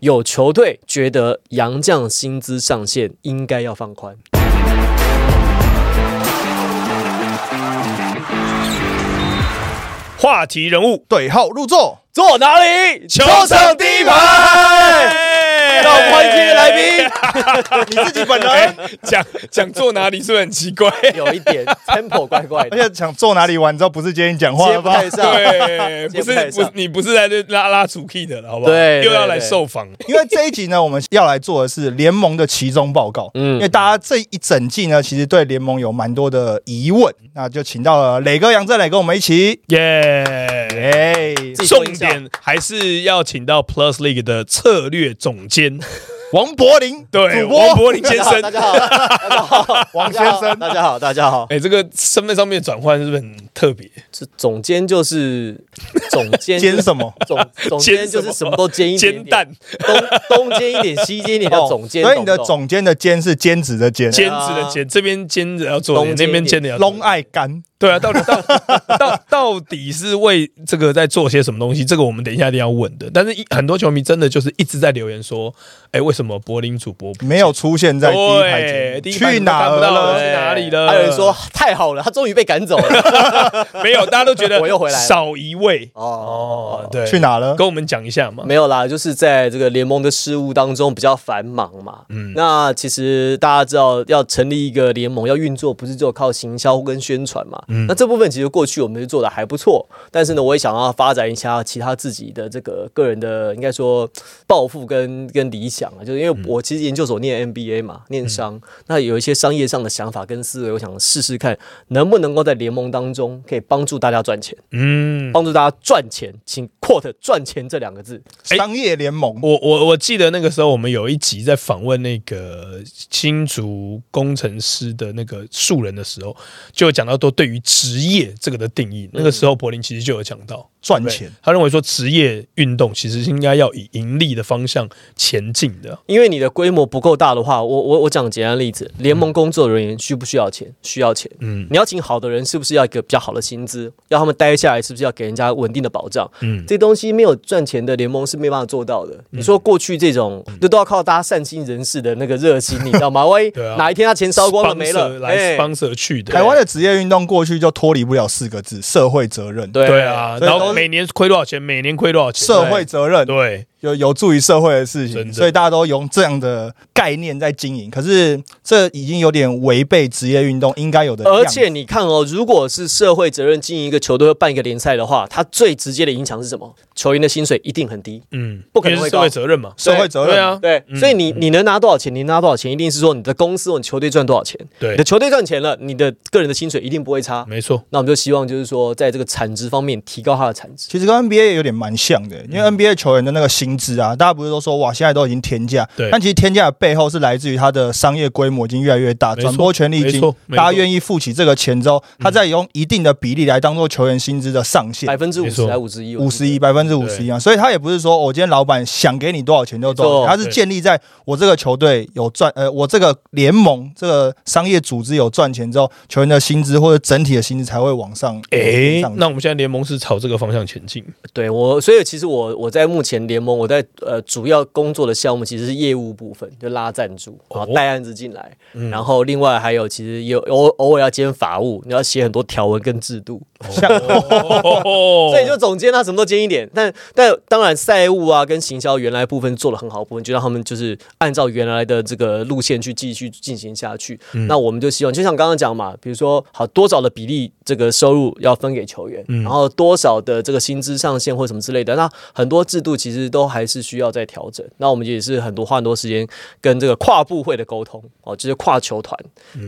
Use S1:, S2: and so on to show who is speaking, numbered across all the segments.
S1: 有球队觉得洋将薪资上限应该要放宽。
S2: 话题人物
S3: 对号 入座，
S1: 坐哪里？
S2: 球
S3: 场第一
S2: 哎
S3: 排。
S1: 哎让我们欢迎今天的来宾。
S3: 你自己本
S2: 哎
S3: 人，
S2: 讲讲坐哪里是不是很奇怪？
S1: 有一点 tempo 怪怪
S3: 而
S1: 的，
S3: 且想坐哪里玩，你知道不是接你讲话
S1: 接
S3: 了
S1: 不
S3: 吧
S1: 太？上。
S2: 对，不
S1: 接不太
S2: 是不是
S1: 上
S2: 你不是在这拉拉主 key 的了，好不好？
S1: 对对
S2: 又要来受访。
S3: 因为这一集呢，我们要来做的是联盟的其中报告。
S1: 嗯
S3: 因为大家这一整季呢，其实对联盟有蛮多的疑问，那就请到了磊哥、杨振磊跟我们一起。
S2: 耶！
S3: 哎，
S1: 自己说
S2: 重
S1: 一下
S2: 点还是要请到 Plus League 的策略总监，
S3: 王柏林，
S2: 对，
S3: 主
S2: 王
S3: 播，
S2: 柏林先 生
S1: 大。家好，大家好，
S3: 王先 生
S1: 大家好，大家好。
S2: 哎，这个身份上面的转换是不是很特别？
S1: 这总监就是总监，
S3: 兼什么？
S1: 总总监就是什么都兼一点啊
S2: 煎
S1: 点，
S2: 蛋，
S1: 东东兼一点，西兼一点叫总监。
S3: 哦所以你的
S1: 懂不懂
S3: 总监的监是兼职的兼，
S2: 兼职的兼，这边兼着要做
S1: 东
S2: 点，
S1: 兼
S2: 那边兼着要做
S3: 龙。爱干。
S2: 对啊，到底到 到到底是为这个在做些什么东西？这个我们等一下一定要问的。但是一很多球迷真的就是一直在留言说，哎、为什么柏林主播不
S3: 没有出现在第一排节
S2: 对
S3: 目，
S2: 第一排
S3: 去哪
S2: 你都
S3: 儿
S2: 看不到
S3: 了？
S2: 去哪里了
S1: 还有人说太好了，他终于被赶走了。
S2: 没有？大家都觉 得
S1: 我又回来了
S2: 少一位
S1: 哦
S2: 哦，，对，
S3: 去哪了？
S2: 跟我们讲一下嘛。
S1: 没有啦，就是在这个联盟的事务当中比较繁忙嘛。嗯，那其实大家知道，要成立一个联盟，要运作，不是只有靠行销跟宣传嘛。嗯，那这部分其实过去我们是做的还不错，但是呢，我也想要发展一下其他自己的这个个人的，应该说抱负跟跟理想啊，就是因为我其实研究所念 MBA 嘛，念商，那有一些商业上的想法跟思维，我想试试看能不能够在联盟当中可以帮助大家赚钱，
S2: 嗯，
S1: 帮助大家赚钱，请 quote 赚钱这两个字。
S2: 哎
S3: 商业联盟
S2: 我我我记得那个时候我们有一集在访问那个新竹工程师的那个素人的时候，就有讲到说对于职业这个的定义。那个时候柏林其实就有讲到。
S3: 赚
S2: 对
S3: 钱，
S2: 他认为说职业运动其实应该要以盈利的方向前进的。
S1: 因为你的规模不够大的话，我我我讲简单例子，联盟工作人员需不需要钱？需要钱。
S2: 嗯
S1: 你要请好的人，是不是要一个比较好的薪资？要他们待下来，是不是要给人家稳定的保障？
S2: 嗯，
S1: 这东西没有赚钱的联盟是没办法做到的。你说过去这种，
S2: 嗯
S1: 这都要靠大家善心人士的那个热情，你知道 吗？万一
S2: 对啊
S1: 哪一天他钱烧光了没
S2: Sponsor
S1: 了，
S2: 来
S1: 哎
S2: sponsor 去的。
S3: 台湾的职业运动过去就脱离不了四个字：社会责任。
S1: 对
S2: 对啊，
S3: 所以
S2: 然
S3: 都
S2: 后
S3: 是
S2: 每年亏多少钱？每年亏多少钱？
S3: 社会责任
S2: 对，
S3: 有有助于社会的事
S2: 真
S3: 情，
S2: 的
S3: 所以大家都用这样的概念在经营。可是这已经有点违背职业运动应该有的样子，
S1: 而且你看哦，如果是社会责任经营一个球队或办一个联赛的话，它最直接的影响是什么？球员的薪水一定很低。
S2: 嗯，
S1: 不可能
S2: 因
S1: 会
S2: 为是社
S1: 高
S2: 会责任嘛。
S3: 社会责任
S2: 对啊，
S1: 对，
S2: 嗯
S1: 所以你你能拿多少钱？你拿多少钱，一定是说你的公司或你球队赚多少钱。
S2: 对嗯
S1: 你的球队赚钱了，你的个人的薪水一定不会差。
S2: 没错。
S1: 那我们就希望就是说，在这个产值方面提高它的产值。
S3: 其实跟 NBA 有点蛮像的，
S2: 嗯
S3: 因为 NBA 球员的那个薪资啊，大家不是都说哇，现在都已经天价，
S2: 对
S3: 但其实天价的背后是来自于它的商业规模已经越来越大，
S2: 没错
S3: 转播权利
S2: 没
S3: 金
S2: 错，没错
S3: 大家愿意付起这个钱之后，他再用一定的比例来当做球员薪资的上限
S1: 百。分之五
S2: 没
S1: 十
S2: 错
S1: 还五十一，
S3: 五十一百分之五十一啊，所以他也不是说我、今天老板想给你多少钱就多少
S1: 没错
S3: 钱，他是建立在我这个球队有赚，呃，我这个联盟这个商业组织有赚钱之后，球员的薪资或者整体的薪资才会往上。
S2: 哎
S3: 上，
S2: 那我们现在联盟是朝这个方向前进。
S1: 对我，所以其实我我在目前联盟，我在呃主要工作的项目其实是业务部分，就拉赞助，然
S2: 哦
S1: 后带案子进来，
S2: 嗯
S1: 然后另外还有其实有偶偶尔要兼法务，你要写很多条文跟制度，
S2: 哦
S1: 所以就总监他什么都兼一点，但但当然赛务啊跟行销原来部分做的很好的部分，就让他们就是按照原来的这个路线去继续进行下去。那我们就希望，就像刚刚讲嘛，比如说好多少的比例这个收入要分给球员，然后多少的这个薪资上限或什么之类的，那很多制度其实都还是需要再调整。那我们也是很多花很多时间跟这个跨部会的沟通哦，就是跨球团、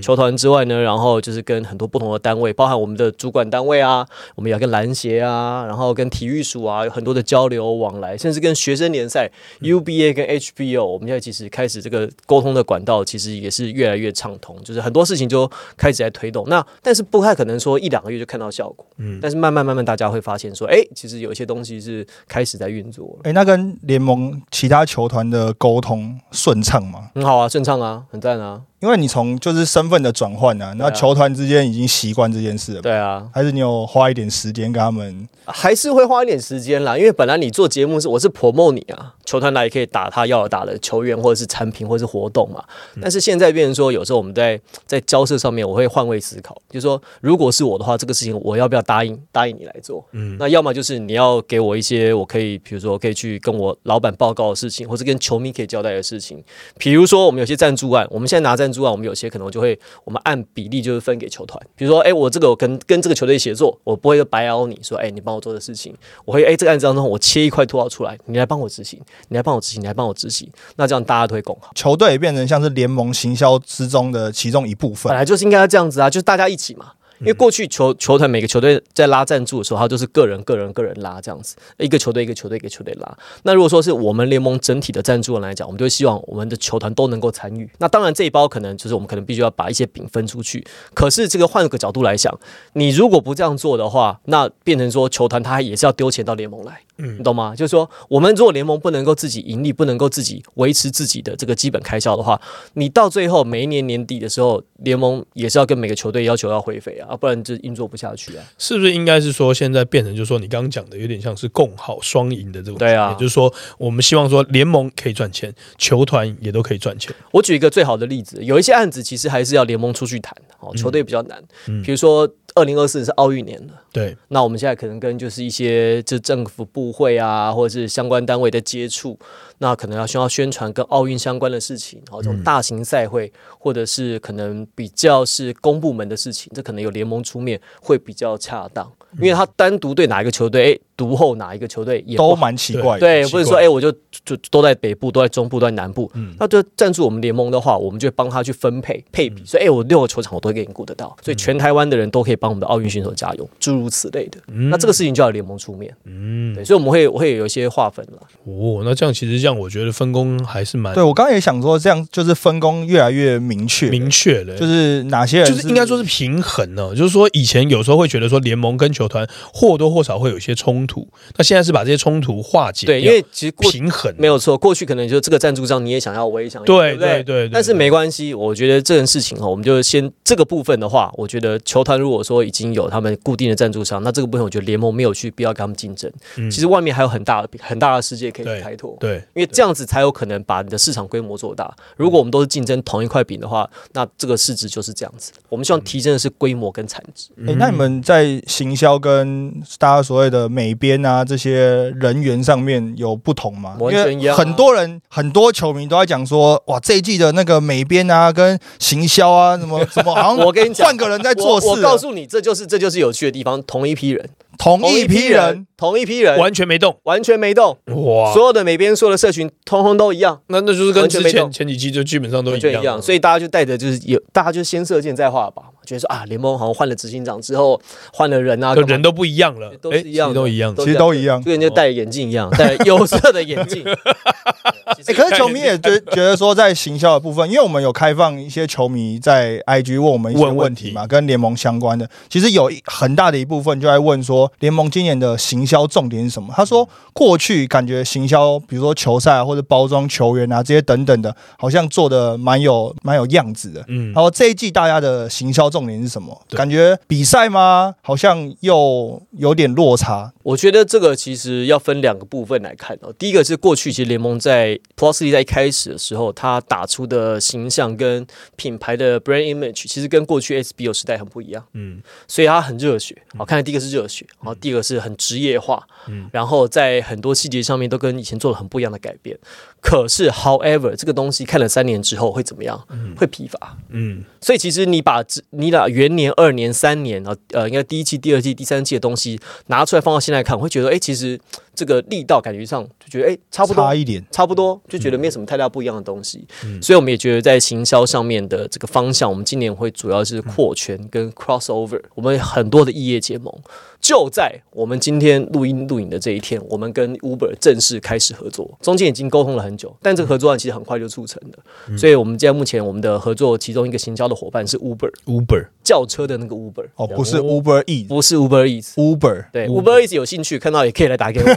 S1: 球团之外呢，然后就是跟很多不同的单位，包含我们的主管单位啊，我们也要跟篮协啊，然后跟体育署啊有很多的交流往来，甚至跟学生联赛、UBA 跟 HBO，我们现在其实开始这个沟通的管道其实也是越来越畅通，就是很多事情就开始在推动。那但是不太可能说一两个月就看到效果，嗯，但是慢慢慢慢大家会发现说，哎，其实有一些东西是开始在运作了。
S3: 哎、那跟联盟其他球团的沟通顺畅吗？
S1: 很好啊，顺畅啊，很赞啊，
S3: 因为你从就是身份的转换啊，那
S1: 对啊
S3: 球团之间已经习惯这件事了吧，
S1: 对啊，
S3: 还是你有花一点时间跟他们？
S1: 还是会花一点时间啦，因为本来你做节目是我是 promo 你啊，球团来也可以打他要打的球员或者是产品或者是活动嘛。但是现在变成说，有时候我们在在交涉上面，我会换位思考，就是说，如果是我的话，这个事情我要不要答应答应你来做？嗯，那要么就是你要给我一些我可以，比如说可以去跟我老板报告的事情，或者跟球迷可以交代的事情。比如说我们有些赞助案，我们现在拿赞助案，我们有些可能就会我们按比例就是分给球团，比如说，哎、我这个我跟跟这个球队协作，我不会白熬你说，哎、你帮我做的事情，我会哎、这个案子当中我切一块土壤出来，你来帮我执行，你来帮我执行，你来帮我执行，那这样大家都会共好。
S3: 球队也变成像是联盟行销之中的其中一部分
S1: 本。来就是应该要这样子啊，就是大家一起嘛。因为过去球球团每个球队在拉赞助的时候，它就是个人、个人、个人拉这样子，一个球队、一个球队、一个球队拉。那如果说是我们联盟整体的赞助人来讲，我们就会希望我们的球团都能够参与。那当然这一包可能就是我们可能必须要把一些饼分出去。可是这个换个角度来想，你如果不这样做的话，那变成说球团他也是要丢钱到联盟来，嗯，你懂吗？就是说我们如果联盟不能够自己盈利，不能够自己维持自己的这个基本开销的话，你到最后每一年年底的时候，联盟也是要跟每个球队要求要会费啊，啊不然就运作不下去啊。
S2: 是不是应该是说现在变成就是说你刚刚讲的有点像是共好双赢的这种概
S1: 对
S2: 念，
S1: 啊
S2: 也就是说我们希望说联盟可以赚钱，球团也都可以赚钱，
S1: 我举一个最好的例子，有一些案子其实还是要联盟出去谈，哦，球队比较难。比如说二零二四是奥运年了。
S2: 对，
S1: 那我们现在可能跟就是一些就政府部会啊，或者是相关单位的接触，那可能要需要宣传跟奥运相关的事情，好、这种大型赛会，或者是可能比较是公部门的事情，这可能有联盟出面会比较恰当，因为他单独对哪一个球队，哎，独后哪一个球队也不
S3: 都
S1: 好
S3: 蛮奇怪的，
S1: 对，
S2: 很奇
S1: 不是说
S2: 怪嗯
S1: 哎、我就就都在北部，都在中部，都在南部，那就赞助我们联盟的话，我们就会帮他去分配配
S2: 嗯
S1: 比，所以哎、我六个球场我都会给你顾得到，所以全台湾的人都可以帮我们的奥运选手加油，诸如此类的。
S2: 嗯
S1: 那这个事情就要联盟出面，嗯，对，所以我们会会有一些划分了。
S2: 哦，那这样其实这样我觉得分工还是蛮
S3: 对我刚刚也想说，这样就是分工越来越明确，
S2: 明确的，
S3: 就是哪些人
S2: 就是应该说是平衡呢、就是说以前有时候会觉得说联盟跟球团或多或少会有一些冲突，那现在是把这些冲突化解掉，
S1: 对，因为其实过
S2: 平衡
S1: 没有错，过去可能就这个赞助商你也想要，我也想要，
S2: 对
S1: 不对
S2: 对对对
S1: 但是没关系，我觉得这件事情哈，我们就先这个部分的话，我觉得球团如果说已经有他们固定的赞助商，那这个部分我觉得联盟没有去必要跟他们竞争。其实外面还有很大的很大的世界可以
S2: 嗯对
S1: 开拓。
S2: 对
S1: 因为这样子才有可能把你的市场规模做大。如果我们都是竞争同一块饼的话，那这个市值就是这样子。我们希望提升的是规模跟产值。
S2: 嗯
S3: 诶那你们在行销跟大家所谓的美编啊这些人员上面有不同吗？
S1: 完
S3: 因
S1: 全一
S3: 为
S1: 样啊
S3: 很多人很多球迷都在讲说，哇，这一季的那个美编啊跟行销啊什么什么，好像
S1: 我跟你讲
S3: 换个人在
S1: 我
S3: 做事啊
S1: 我
S3: 了
S1: 告诉你，这就是这就是有趣的地方，同一批人，
S3: 同一批人，，
S1: 同一批人，完
S2: 完全没动
S1: 完全没动。
S2: 哇，
S1: 所有的每边所有的社群，通通都一样，
S2: 那那就是跟
S1: 完全
S2: 之
S1: 没
S2: 前
S1: 动
S2: 前几季就基本上都
S1: 完
S2: 一
S1: 全
S2: 样
S1: 一样，所
S2: 以
S1: 以大家就带着就是有，大家就先射箭再画靶嘛，觉得说啊，联盟好像换了执行长之后，换了人啊，
S2: 就
S1: 干嘛
S2: 人都不一样了，
S1: 都是
S2: 哎
S1: 一样
S2: 其
S1: 的
S2: 实都一样
S3: 其实都一样
S1: 就。跟人家戴眼镜一样，戴有色的眼 镜。
S3: 哎、可是球迷也觉 觉得说，在行销的部分，因为我们有开放一些球迷在 IG 问我们一些
S2: 问问
S3: 问
S2: 题
S3: 题嘛，跟联盟相关的，其实有一很大的一部分就在问说，联盟今年的行销重点是什么？他说，过去感觉行销，比如说球赛、啊、或者包装球员啊这些等等的，好像做的蛮有蛮有样子的。
S2: 嗯
S3: 然，后这一季大家的行销重点是什么？
S2: 对
S3: 感觉比赛吗？好像又有点落差。
S1: 我觉得这个其实要分两个部分来看哦。第一个是过去其实联盟在 Plus 在一开始的时候，它打出的形象跟品牌的 brand image，其实跟过去 SBO 时代很不一样。
S2: 嗯
S1: 嗯，所以它很热血。好，看来第一个是热血，然后第二个是很职业化，
S2: 嗯
S1: 嗯，然后在很多细节上面都跟以前做了很不一样的改变。可是，however，这个东西看了三年之后会怎么样？会疲乏。
S2: 嗯，
S1: 所以其实你把之你把元年、二年、三年啊，呃，应该第一季、第二季、第三季的东西拿出来放到现在看，我会觉得，哎、其实这个力道感觉上就觉得，哎、差不多，
S3: 差一点，
S1: 差不多，就觉
S3: 嗯
S1: 得没有什么太大不一样的东西。所以我们也觉得在行销上面的这个方向，我们今年会主要是
S3: 嗯
S1: 扩圈跟 crossover，我们很多的异业结盟。就在我们今天录音录影的这一天，我们跟 Uber 正式开始合作，中间已经沟通了很久，但这个合作案其实很快就促成
S3: 嗯
S1: 了。所以我们现在目前我们的合作其中一个行销的伙伴是 Uber
S2: Uber
S1: 轿车的那个 Uber，
S3: 哦，不是 Uber E，Uber。
S1: 不是 Uber Eats。对
S2: Uber
S1: ，Uber Eats 有兴趣看到也可以来打给我。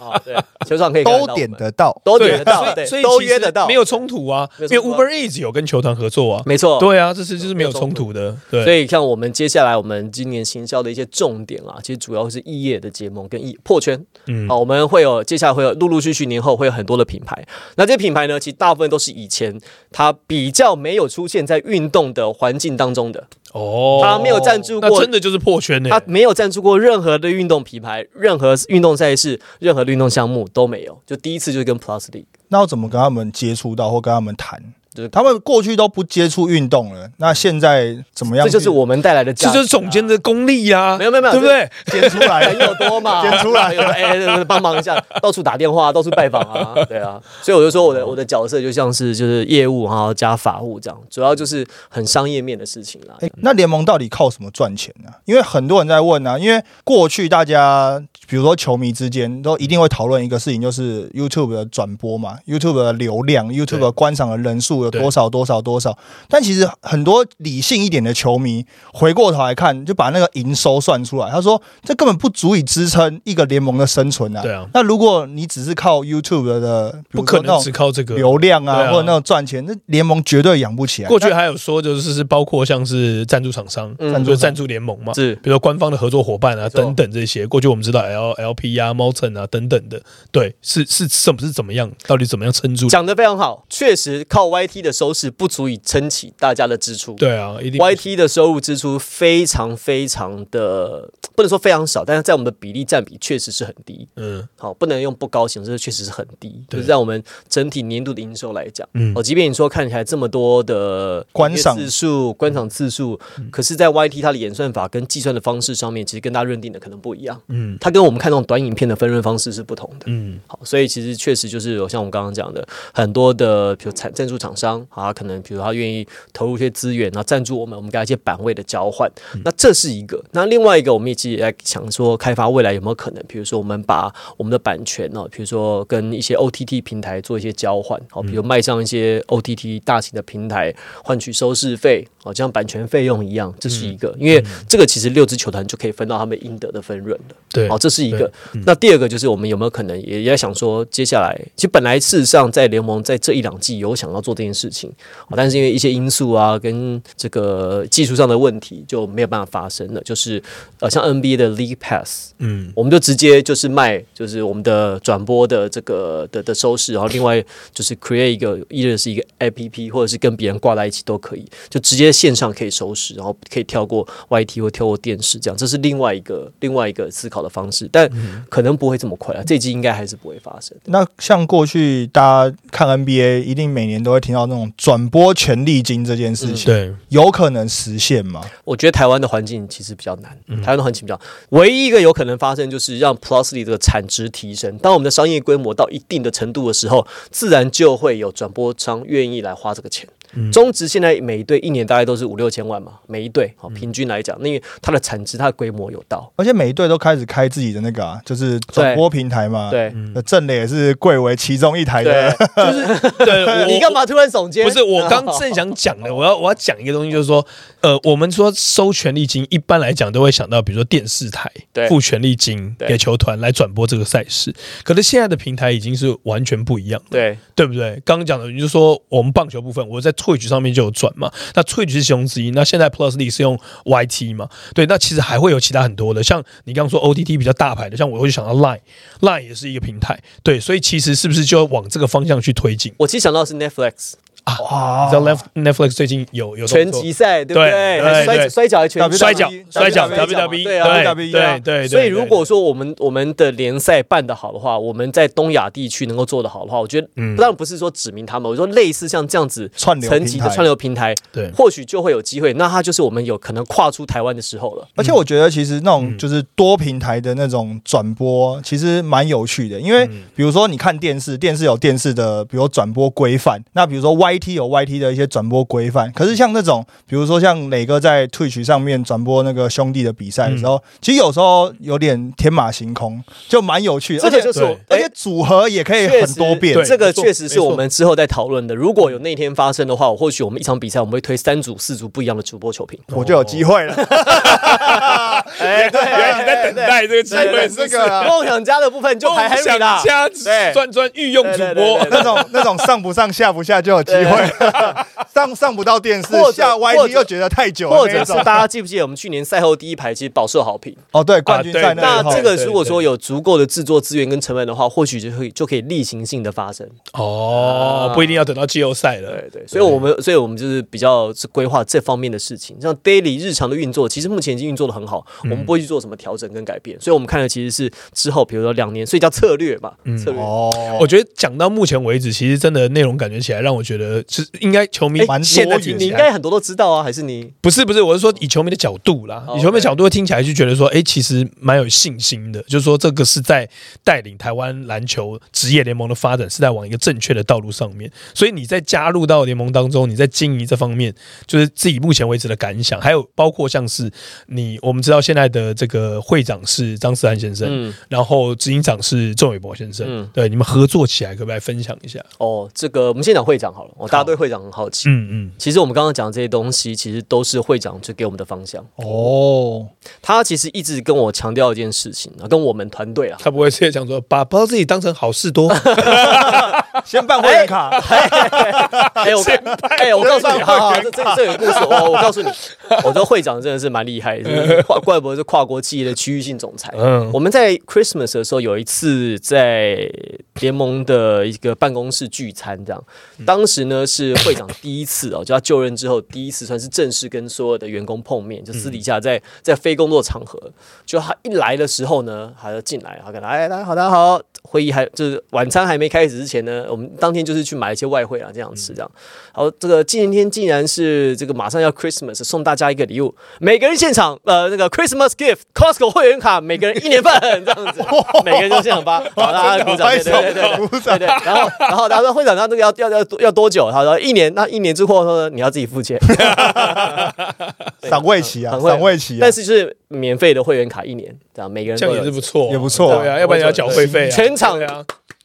S1: 哦，对，球场可以看得到我
S3: 都
S1: 们
S3: 点得得到。
S1: 都
S2: 对
S1: 点得到，
S2: 所
S1: 对，
S2: 以所以
S1: 都
S2: 其
S1: 约
S2: 实
S1: 得到，
S2: 没有冲突啊，
S1: 没
S2: 因
S1: 有
S2: 为
S1: 冲突啊
S2: Uber Eats 有跟球团合作啊，
S1: 没错，
S2: 对啊，这次就是没有冲突的，对，
S1: 所以，像我们接下来我们今年行销的一些重点啊，其实主要是异业的结盟跟异破圈。啊
S2: 嗯
S1: 好、我们会有接下来会有陆陆续续年后会有很多的品牌。那这些品牌呢，其实大部分都是以前它比较没有出现在运动的环境当中的，
S2: 哦，
S1: 他没有赞助过
S2: 那真的就是破圈欸呢，
S1: 它没有赞助过任何的运动品牌、任何运动赛事、任何的运动项目都没有。就第一次就是跟 Plus League，
S3: 那要怎么跟他们接触到或跟他们谈
S1: 就是？
S3: 他们过去都不接触运动了，那现在怎么样
S1: 这
S3: 去？
S1: 就是我们带来的价
S2: 这
S1: 值、
S2: 就是总监的功力呀，
S1: 没有没有没有
S2: 对不对？
S3: 剪出来
S1: 朋
S3: 了。
S1: 友多嘛，
S3: 剪出 来
S1: 有哎，帮忙一下，到处打电话，到处拜访 啊，对啊，所以我就说我的我的角色就像是就是业务然后加法务这样，主要就是很商业面的事情啦。
S3: 哎、那联盟到底靠什么赚钱呢、因为很多人在问啊，因为过去大家比如说球迷之间都一定会讨论一个事情，就是 YouTube 的转播嘛，YouTube 的流量，YouTube 的观赏的人数有多少多少多少。但其实很多理性一点的球迷回过头来看，就把那个营收算出来，他说这根本不足以支撑一个联盟的生存啊。
S2: 对啊
S3: 那如果你只是靠 YouTube 的，比
S2: 不
S3: 如说
S2: 可
S3: 那
S2: 能
S3: 种
S2: 只靠这个。
S3: 流量
S2: 对
S3: 啊，
S2: 啊
S3: 或者那种赚钱，那联盟绝对养不起来。啊
S2: 过去还有说，就是是包括像是赞助厂商，
S1: 嗯
S2: 就是赞助联盟嘛，
S1: 是
S2: 比如说官方的合作伙伴啊
S1: 错
S2: 等等这些。过去我们知道 L L P 啊、Mountain 啊等等的，对，是是怎么是怎么样，到底怎么样撑住？
S1: 讲的非常好，确实靠 YT 的收视不足以撑起大家的支出。
S2: 对啊，一定
S1: YT 的收入支出非常非常的，不能说非常少，但是在我们的比例占比确实是很低。
S2: 嗯
S1: 好，不能用不高形容，这确实是很低。就
S2: 对
S1: 是在我们整体年度的营收来讲，
S2: 嗯
S1: 哦，即便你说看起来这么多的
S3: 观赏
S1: 订阅次数、观赏次数，
S2: 嗯
S1: 可是，在 YT 它的演算法跟计算的方式上面，其实跟大家认定的可能不一样。
S2: 嗯
S1: 它跟我们看那种短影片的分润方式是不同的。
S2: 嗯，
S1: 好，所以其实确实就是有像我们刚刚讲的，很多的比如产赞助厂商啊，可能比如他愿意投入一些资源，然后赞助我们，我们给他一些版位的交换。那这是一个。那另外一个，我们也其实来想说，开发未来有没有可能，比如说我们把我们的版权呢、比如说跟一些 OTT 平台做一些交换，好，比如卖上一些 OTT 大型的平台，换取收视费，好，就像版权费用一样，这是一个。因为这个其实六支球团就可以分到他们应得的分润了。
S2: 对
S1: 哦好，，这是一个
S2: 对。嗯
S1: 那第二个就是我们有没有可能也也在想说，接下来其实本来事实上在联盟在这一两季有想要做这件事情，哦但是因为一些因素啊跟这个技术上的问题就没有办法发生了。就是呃，像 NBA 的 League Pass，
S2: 嗯，
S1: 我们就直接就是卖，就是我们的转播的这个的的收视，然后另外就是 create 一个，either 是一个 APP，或者是跟别人挂在一起都可以，就直接线上可以收视，然后可以跳过 YT 或跳过电视，这样这是另外一个另外一个思考的方式，但可能不会这么快啊，这一季应该还是不会发生。
S3: 那像过去大家看 NBA，一定每年都会听到那种转播权利金这件事情，
S2: 嗯对，
S3: 有可能实现吗？
S1: 我觉得台湾的环境其实比较难，
S2: 嗯
S1: 台湾的环境比较，唯一一个有可能发生就是让 Plusly 这个产值提升。当我们的商业规模到一定的程度的时候，自然就会有转播商愿意来花这个钱。
S2: 嗯
S1: 中职现在每一队一年大概都是五六千万嘛，每一队
S2: 嗯
S1: 好平均来讲，那因为它的产值、它的规模有到，
S3: 而且每一队都开始开自己的那个啊，就是转播平台嘛。，
S1: 对
S3: 正磊也是贵为其中一台
S1: 对
S3: 的。，
S2: 对，我
S1: 你干嘛突然耸肩？
S2: 哎不 是，我刚
S1: 哦
S2: 正想讲的，我要我要讲一个东西，就是说，呃，我们说收权利金，一般来讲都会想到，比如说电视台
S1: 对
S2: 付权利金
S1: 对
S2: 给球团来转播这个赛事，可是现在的平台已经是完全不一样了，
S1: 对
S2: 对不对？刚刚讲的，你就说我们棒球部分，我在 Twitch 上面就有转嘛，那 Twitch 是其中之一，那现在 Plus League 是用 YT 嘛，对，那其实还会有其他很多的，像你刚刚说 OTT 比较大牌的，像我会想到 Line，Line 也是一个平台，对，所以其实是不是就要往这个方向去推进？
S1: 我其实想到的是 Netflix
S3: 哇
S2: 你知道 Netf- Netflix 最近有有动作
S1: 拳击赛，对不
S2: 对
S1: 对？
S2: 对
S1: 还摔
S2: 对
S1: 摔跤还拳击
S3: WWE
S2: 摔跤摔跤
S1: WWE
S2: WWE
S1: 对啊
S2: 对
S3: WWE 啊
S2: 对对，
S1: 所以
S2: 对
S1: 如果说我们我们的联赛办得好的话，我们在东亚地区能够做得好的话，我觉得当然不是说指明他们，我说类似像这样子
S3: 串流
S1: 层级的
S3: 平台
S1: 串流平台，
S2: 对
S1: 或许就会有机会。那它就是我们有可能跨出台湾的时候了。
S3: 而且我觉得其实那
S1: 嗯
S3: 种就是多平台的那种转播，其实蛮有趣的，因为
S1: 嗯
S3: 比如说你看电视，电视有电视的，比如转播规范，那比如说 YT 有 YT 的一些转播规范，可是像那种，比如说像磊哥在 Twitch 上面转播那个兄弟的比赛的
S1: 嗯
S3: 时候，其实有时候有点天马行空，就蛮有趣的，
S1: 这
S3: 而
S1: 个
S3: 且
S1: 就是
S2: 对
S1: 我
S3: 而
S1: 哎
S3: 且组合也可以
S1: 确
S3: 很
S1: 实哦
S3: 多变
S2: 对，
S1: 这个
S2: 没错
S1: 确实是
S2: 没错
S1: 我们之后再讨论的。如果有那一天发生的话，我或许我们一场比赛，我们会推三组、四组不一样的主播球评。
S3: 我就有机会了。
S1: 哎，对，
S2: 原来你在等待这个机
S1: 对
S2: 会，
S1: 对
S2: 是
S3: 这
S2: 不是
S3: 个啊
S1: 梦想家的部分就排 Henry 啦
S2: 梦想。家
S1: 对
S2: 转转御用主
S1: 对对对
S2: 播
S1: 对，
S3: 那 种那种上不上下不下就有机会， 上上不到电视
S1: 或，者
S3: 下 YT
S1: 或者
S3: 又觉得太久了
S1: 或
S3: 那
S1: 者
S3: 一
S1: 是
S3: 种。
S1: 大家记不记得我们去年赛后第一排其实饱受好评？
S3: 哦，对，冠军
S2: 啊
S3: 赛
S2: 对
S3: 那
S1: 那
S3: 以后
S1: 这个
S2: 对
S1: 如果说有足够的制作资源跟成本的话，或许就会就可以例行性的发生。
S2: 哦，不一定要等到季后赛了。
S1: 对对，所以我们所以我们就是比较是规划这方面的事情，像 daily 日常的运作，其实目前已经运作的很好，我们不会去做什么调整跟改变。所以我们看的其实是之后，比如说两年，所以叫策略嘛，策略。
S3: 哦，
S2: 我觉得讲到目前为止，其实真的内容感觉起来让我觉得是应该球迷
S1: 哎
S3: 蛮多
S2: 现在
S3: 元
S2: 听
S3: 的
S1: 你
S2: 起
S1: 应
S2: 来
S1: 该很多都知道啊，还是你
S2: 不是不是，我是说以球迷的角度啦，
S1: 哦
S2: 以球迷
S1: OK
S2: 角度听起来就觉得说，哎，其实蛮有信心的，就是说这个是在带领台湾篮球职业联盟的发展是在往一个正确的道路上面。所以你在加入到联盟当中，你在经营这方面，就是自己目前为止的感想，还有包括像是你，我们知道现在的这个会长是张思涵先生，
S1: 嗯
S2: 然后执行长是郑伟博先生，
S1: 嗯
S2: 对，你们合作起来可不可以来分享一下？
S1: 哦，这个我们先讲会长好了，哦，大家对会长很好奇。
S2: 嗯嗯，
S1: 其实我们刚刚讲的这些东西，其实都是会长就给我们的方向。
S2: 嗯
S3: 哦，
S1: 他其实一直跟我强调一件事情啊，跟我们团队啊，
S2: 他不会直接讲说把把自己当成好事多，
S3: 先办会员卡，
S1: 哎，我哎，我告诉你，
S3: 先
S1: 好好，这这个这个有故事，我我告诉你，我觉得会长真的是蛮厉害的，真的是跨怪不得是跨国企业的区域性总裁。
S2: 嗯
S1: 我们在 Christmas 的时候有一次在联盟的一个办公室聚餐，这样，当时呢是会长第一次哦，就他就任之后第一次算是正式跟所有的员工碰面，就私底下在在非工作场合，就他一来的时候呢，他就进来，他跟他哎大家好，大家好，会议还就是晚餐还没开始之前呢，我们当天就是去买一些外汇啊，这样吃
S3: 嗯
S1: 这样。然后这个今天竟然是这个马上要 Christmas，送大家一个礼物，每个人现场呃那个 Christmas gift Costco 会员卡，每个人一年半这样 子，每个人都现场发，好大家鼓掌，对对对对对。
S3: 鼓掌
S1: 对对，然后然后他说会长，他这个要要要要多久？他说一年，那一年之后呢，你要自己付 钱。
S3: 赏味期啊，
S1: 很会
S3: 赏味期啊，
S1: 但是就是免费的会员卡一年，这样每个人
S2: 这
S1: 都
S2: 样也
S1: 有
S2: 是不错，
S3: 也不错
S2: 对啊，要不然你要缴会费啊，
S1: 全场
S2: 对啊，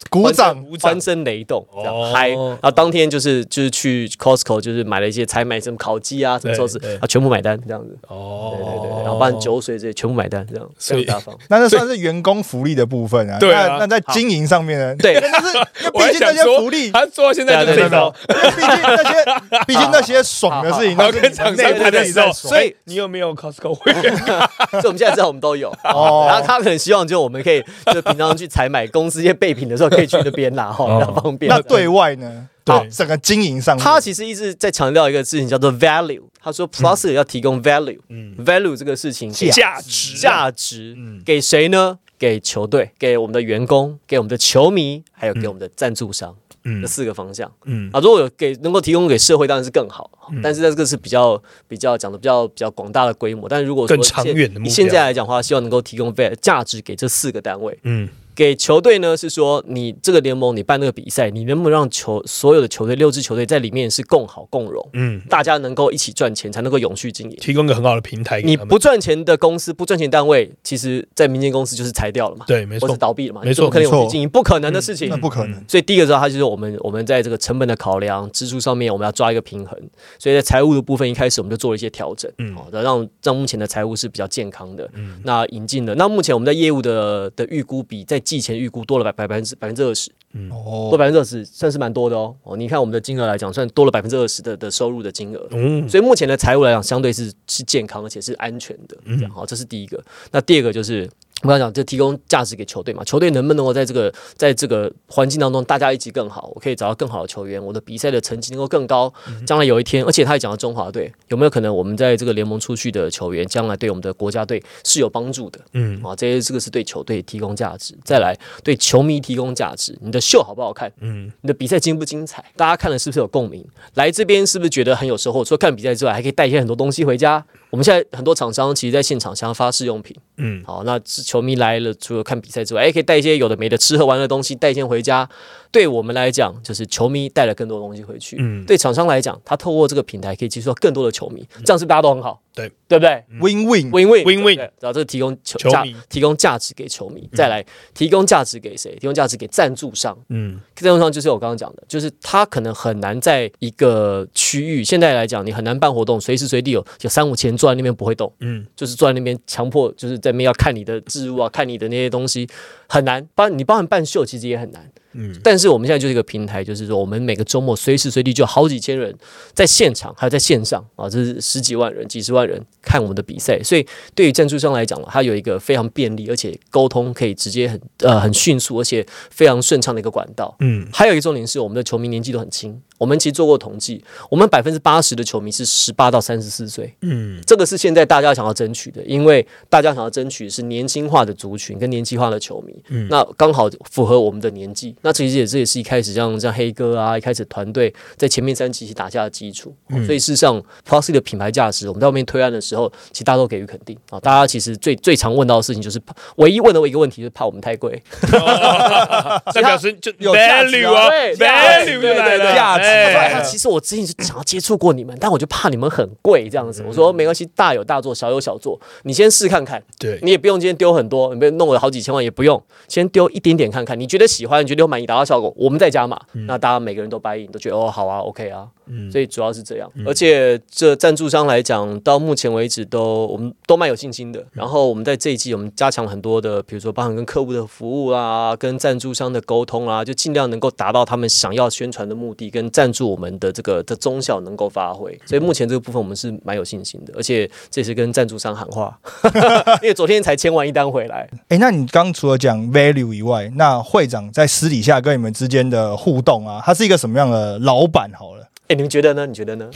S3: 鼓掌，
S2: 鼓掌
S1: 欢，声雷动，这样
S2: 哦
S1: 嗨。然后当天就是就是去 Costco，就是买了一些采买什么烤鸡啊，什么寿司
S2: 对对
S1: 啊，全部买单这样子。
S2: 哦
S1: 对对对，然后包含酒水这些全部买单，这样
S2: 所
S1: 非
S2: 以
S1: 常大方。
S3: 那那算是员工福利的部分啊。
S2: 对啊
S3: 那那在经营上面呢？
S1: 对
S3: 因为那是因为
S2: 我
S3: 毕
S2: 还
S3: 竟那
S2: 想
S3: 些
S2: 说
S3: 福利，
S2: 他做到现在就
S1: 对
S2: 这
S1: 对
S2: 一招，
S3: 因为毕竟那些毕竟那些爽的事
S2: 然
S3: 情，都
S2: 后
S3: 是
S2: 跟
S3: 你
S2: 厂
S3: 们内
S2: 商
S3: 部
S2: 谈的
S3: 自己
S2: 时
S3: 在
S2: 候，
S3: 爽
S1: 所以
S2: 哎你有没有 Costco 会员？
S1: 所以我们现在知道我们都有，
S3: 哦
S1: 然后他可能希望就我们可以就平常去采买公司一些备品的时候可以去那边拿哈，比较方便。
S3: 那对外呢？
S2: 哦对
S3: 好整个经营上面，
S1: 他其实一直在强调一个事情叫做 value，他说 Plus 要提供 value，value 这个事情给
S2: 嗯价值嗯
S1: 价值给谁呢？给球队，给我们的员工，给我们的球迷，还有给我们的赞助商，
S2: 嗯
S1: 这四个方向。
S2: 嗯
S1: 啊，如果有给能够提供给社会，当然是更好。但是在这个是比较比较讲的比较比较广大的规模，但如果说
S2: 更长
S1: 现
S2: 远的目
S1: 以现
S2: 标
S1: 在来讲的话，希望能够提供 value 价值给这四个单位。
S2: 嗯
S1: 给球队呢是说，你这个联盟你办那个比赛，你能不能让球所有的球队六支球队在里面是共好共荣，
S2: 嗯，
S1: 大家能够一起赚钱，才能够永续经营。
S2: 提供个很好的平台给
S1: 你
S2: 他们，
S1: 不赚钱的公司，不赚钱单位，其实在民间公司就是裁掉了嘛，
S2: 对，没
S1: 或者
S2: 错，
S1: 倒闭了嘛，
S2: 没错嗯
S1: 你怎么可能
S3: 没错
S1: 永续经营，不可能的事情
S3: 那。不可能。
S1: 所以第一个时候，它就是我们我们在这个成本的考量、支出上面，我们要抓一个平衡。所以在财务的部分，一开始我们就做了一些调整，嗯，哦、让让目前的财务是比较健康的。嗯，那引进了，那目前我们在业务的的预估比在季前预估多了百百分之百分之二十，多
S3: 哦，
S1: 百分之二十算是蛮多的哦。哦，你看我们的金额来讲，算多了百分之二十的的收入的金额。
S2: 嗯，
S1: 所以目前的财务来讲，相对是是健康而且是安全的，这样好，这是第一个。那第二个就是我刚才讲，就提供价值给球队嘛，球队能不能够在这个在这个环境当中，大家一起更好，我可以找到更好的球员，我的比赛的成绩能够更高，将来有一天，而且他也讲到中华队有没有可能，我们在这个联盟出去的球员，将来对我们的国家队是有帮助的，
S2: 嗯
S1: 嗯，啊，这些这个是对球队提供价值，再来对球迷提供价值，你的秀好不好看，
S2: 嗯
S1: 嗯，你的比赛精不精彩，大家看了是不是有共鸣？来这边是不是觉得很有收获？除了看比赛之外，还可以带一些很多东西回家。我们现在很多厂商其实在现场想要发试用品，
S2: 嗯
S1: 好，那球迷来了，除了看比赛之外，哎，可以带一些有的没的吃喝玩乐的东西带一些回家。对我们来讲，就是球迷带了更多东西回去；
S2: 嗯
S1: 对厂商来讲，他透过这个平台可以接触到更多的球迷，这样是不是大家都很好，
S2: 对嗯
S1: 对不对？
S3: ，win win，
S1: win win
S2: Win-win
S1: 然后这个提供球
S2: 球
S1: 价
S2: 迷
S1: 提供价值给球迷，再来提供价值给谁？提供价值给赞助商，
S2: 嗯
S1: 赞助商就是我刚刚讲的，就是他可能很难在一个区域，现在来讲你很难办活动，随时随地有有三五千人坐在那边不会动，
S2: 嗯，
S1: 就是坐在那边强迫就是在那边要看你的置物啊，看你的那些东西很难，包你包含办秀其实也很难，
S2: 嗯，
S1: 但是我们现在就是一个平台，就是说我们每个周末随时随地就有好几千人在现场，还有在线上啊，这是十几万人、几十万人看我们的比赛，所以对于赞助商来讲它有一个非常便利，而且沟通可以直接很呃很迅速，而且非常顺畅的一个管道，
S2: 嗯
S1: 还有一个重点是，我们的球迷年纪都很轻。我们其实做过统计，我们百分之八十的球迷是十八到三十四岁，
S2: 嗯
S1: 这个是现在大家想要争取的，因为大家想要争取是年轻化的族群跟年轻化的球迷，
S2: 嗯
S1: 那刚好符合我们的年纪。那其实也这也是一开始像像黑哥啊，一开始团队在前面三期起打下的基础。哦所以事实上 p l u s 的品牌价值，我们在外面推案的时候，其实大家都给予肯定啊。大家其实最最常问到的事情就是怕，唯一问的一个问题就是怕我们太贵。
S2: 这哦表示就
S3: 有价值
S2: value
S3: 啊
S2: 啊
S1: 对
S2: ，value 就
S1: 对
S2: 来
S1: 对
S2: 了，
S1: 对
S3: 价值
S2: 哎
S1: 他说哎其实我之前就想要接触过你们，但我就怕你们很贵这样子。我说没关系，大有大做，小有小做，你先试看看，
S2: 对，
S1: 你也不用今天丢很多，你别弄了好几千万也不用，先丢一点点看看，你觉得喜欢，你觉得有满意，达到效果，我们再加码。那大家每个人都 buy in，都觉得哦好啊，OK 啊，
S2: 嗯
S1: 所以主要是这样。而且这赞助商来讲，到目前为止都我们都蛮有信
S2: 嗯
S1: 心的。然后我们在这一季，我们加强很多的，比如说包含跟客户的服务啦，跟赞助商的沟通啊啦，就尽量能够达到他们想要宣传的目的，跟赞助我们的这个的综效能够发挥。所以目前这个部分我们是蛮有信心的，而且这是跟赞助商喊话，因为昨天才签完一单回来。
S3: 哎、那你刚除了讲 value 以外，那会长在私底下跟你们之间的互动啊，他是一个什么样的老板？好了，
S1: 哎，你们觉得呢？你觉得呢？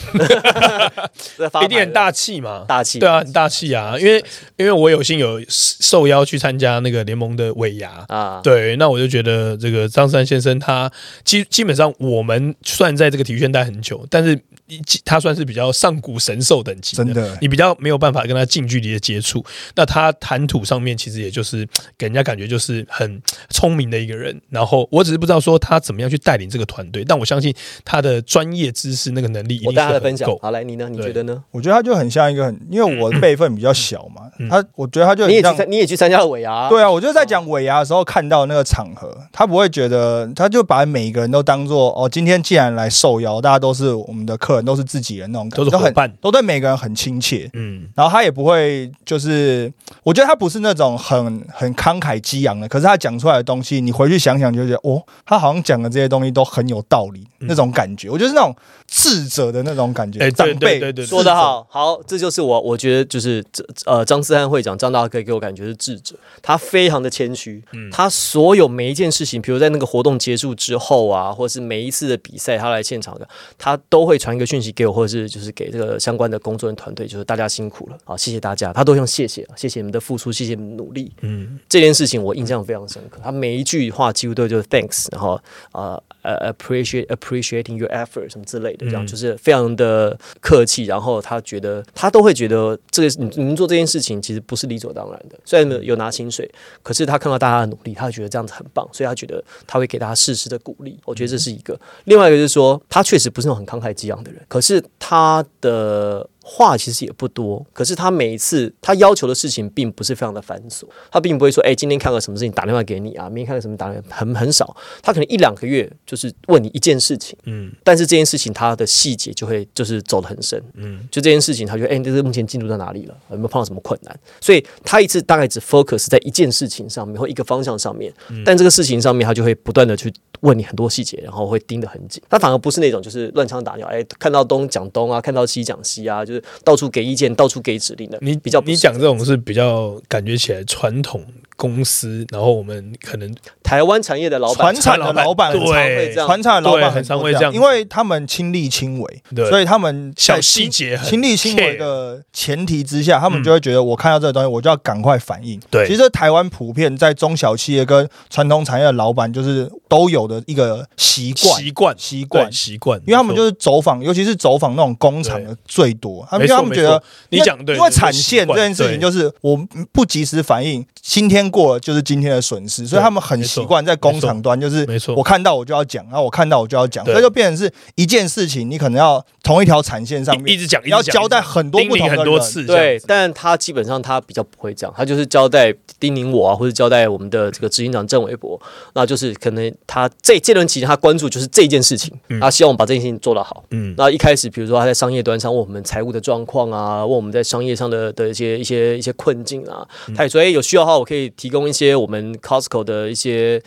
S1: 在发
S2: 一定
S1: 牌
S2: 很
S1: 了
S2: 大气嘛，
S1: 大气，
S2: 对啊，很大气啊，因为因为我有幸有受邀去参加那个联盟的尾牙，
S1: 啊，
S2: 对，那我就觉得这个张三先生他基基本上我们算在这个体育圈待很久，但是一他算是比较上古神兽等级的，
S3: 真的
S2: 你比较没有办法跟他近距离的接触。那他谈吐上面其实也就是给人家感觉就是很聪明的一个人，然后我只是不知道说他怎么样去带领这个团队，但我相信他的专业知识那个能力一
S1: 我
S2: 定
S1: 大家
S2: 是
S1: 来分
S2: 很
S1: 享啊
S2: 够。。
S1: 好，来你呢？你
S2: 对
S1: 觉得呢？
S3: 我觉得他就很像一个很，因为我的辈分比较小嘛，他我觉得他就
S1: 你也
S3: 很
S1: 去
S3: 像。
S1: 参，你也去参加了尾牙，
S3: 对啊，我就在讲尾牙的时候看到那个场合，他不会觉得，他就把每一个人都当做哦，今天既然来受邀，大家都是我们的客人，都是自己人那种感
S2: 都
S3: 觉，
S2: 是
S3: 都
S2: 伙
S3: 很
S2: 伴
S3: 都对每个人很亲切。
S2: 嗯
S3: 然后他也不会，就是我觉得他不是那种很很慷慨激昂的，可是他讲出来的东西，你回去想想就觉得，哦，他好像讲的这些东西都很有道理，那种感觉，我觉得是那种智者的那种感觉，
S2: 哎
S3: 长
S2: 对对对
S3: 辈
S2: 对对
S1: 说得，好，好，这就是我，我觉得就是这呃，张思翰会长张大哥给我感觉是智者，他非常的谦虚，
S2: 嗯
S1: 他所有每一件事情，比如在那个活动结束之后啊，或是每一次的比赛，他来现场的，他都会传一个讯息给我，或者是就是给这个相关的工作人员团队，就是大家辛苦了，好，谢谢大家，他都用谢谢，谢谢你们的付出，谢谢你们的努力，
S2: 嗯，
S1: 这件事情我印象非常深刻，他每一句话几乎都就是 thanks，然后呃呃 appreciate appreciating your effort 什么之类的，这样、
S2: 嗯
S1: 就是非常的客气。然后他觉得他都会觉得这个你你们做这件事情其实不是理所当然的，虽然有有拿薪水，可是他看到大家的努力，他觉得这样子很棒，所以他觉得他会给大家适时的鼓励。我觉得这是一个。另外一个就是说，他确实不是那种很慷慨激昂的人，可是他的话其实也不多，可是他每一次他要求的事情并不是非常的繁琐，他并不会说，哎、今天看个什么事情打电话给你啊，明天看个什么打电话，很很少，他可能一两个月就是问你一件事情，
S2: 嗯
S1: 嗯，但是这件事情他的细节就会就是走得很深，嗯，就这件事情，他觉得，哎、你这是目前进度到哪里了，有没有碰到什么困难？所以他一次大概只 focus 在一件事情上面或一个方向上面，
S2: 嗯
S1: 但这个事情上面他就会不断的去问你很多细节，然后会盯得很紧。他反而不是那种就是乱枪打鸟，哎，看到东讲东啊，看到西讲西啊，就是到处给意见，到处给指令的。
S2: 你
S1: 比较不
S2: 你
S1: 是
S2: 讲这种是比较感觉起来传统公司，然后我们可能
S1: 台湾产业的老板
S3: 传产的老板，
S1: 常会
S2: 对
S1: 这样
S3: 传产的老
S2: 对
S3: 板
S2: 很常
S3: 多
S2: 会这样
S3: 因为他们亲力亲为，
S2: 对
S3: 所以他们
S2: 小
S3: 在
S2: 细
S3: 亲
S2: 节很
S3: 亲力亲为
S2: care
S3: 的前提之下，他们就会觉得我看到这个东西，我就要赶快反应。
S2: 对
S3: 其实台湾普遍在中小企业跟传统产业的老板，就是都有的一个习惯
S2: 习惯
S3: 习惯
S2: 对，习惯，
S3: 因为他们就是是走访，尤其是走访那种工厂
S2: 对
S3: 的最多。做，他
S2: 没
S3: 们因为
S2: 错
S3: 他们觉
S2: 没
S3: 得
S2: 错你讲得对
S3: 因为
S2: 就是
S3: 产线
S2: 习
S3: 这
S2: 惯
S3: 件事
S2: 对
S3: 情就是我不及时反应，今天过了就是今天的损失，所以
S2: 对
S3: 他们很
S2: 没错
S3: 习惯在工
S2: 没错
S3: 厂端就是
S2: 没错
S3: 我看到我就要讲，然后我看到我就要讲，
S2: 对
S3: 所以就变成是一件事情，你可能要同一条产线上
S2: 一一
S3: 面
S2: 直讲，一直
S3: 要
S2: 讲
S3: 交代
S2: 一直讲
S3: 很多不
S2: 叮咛
S3: 同的
S2: 很多
S3: 人
S2: 次，这样
S1: 对
S2: 子，
S1: 但他基本上他比较不会这样，他就是交代叮咛我啊，或者交代我们的这个执行长郑伟博，那就是可能他这这段期间他关注就是这件事情，他希望我们把这件事情做得好。
S2: 嗯，
S1: 那一开始，比如说他在商业端上问我们财务的状况啊，问我们在商业上的的一些一些一些困境啊，
S2: 嗯
S1: 他也说，哎，有需要的话，我可以提供一些我们 Costco 的一些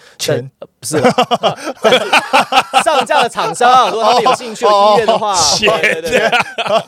S1: 但
S3: 钱，
S1: 呃不 是啦但是上架的厂商，如果他们有兴趣、有意愿的话，
S2: 哦
S1: 对对对，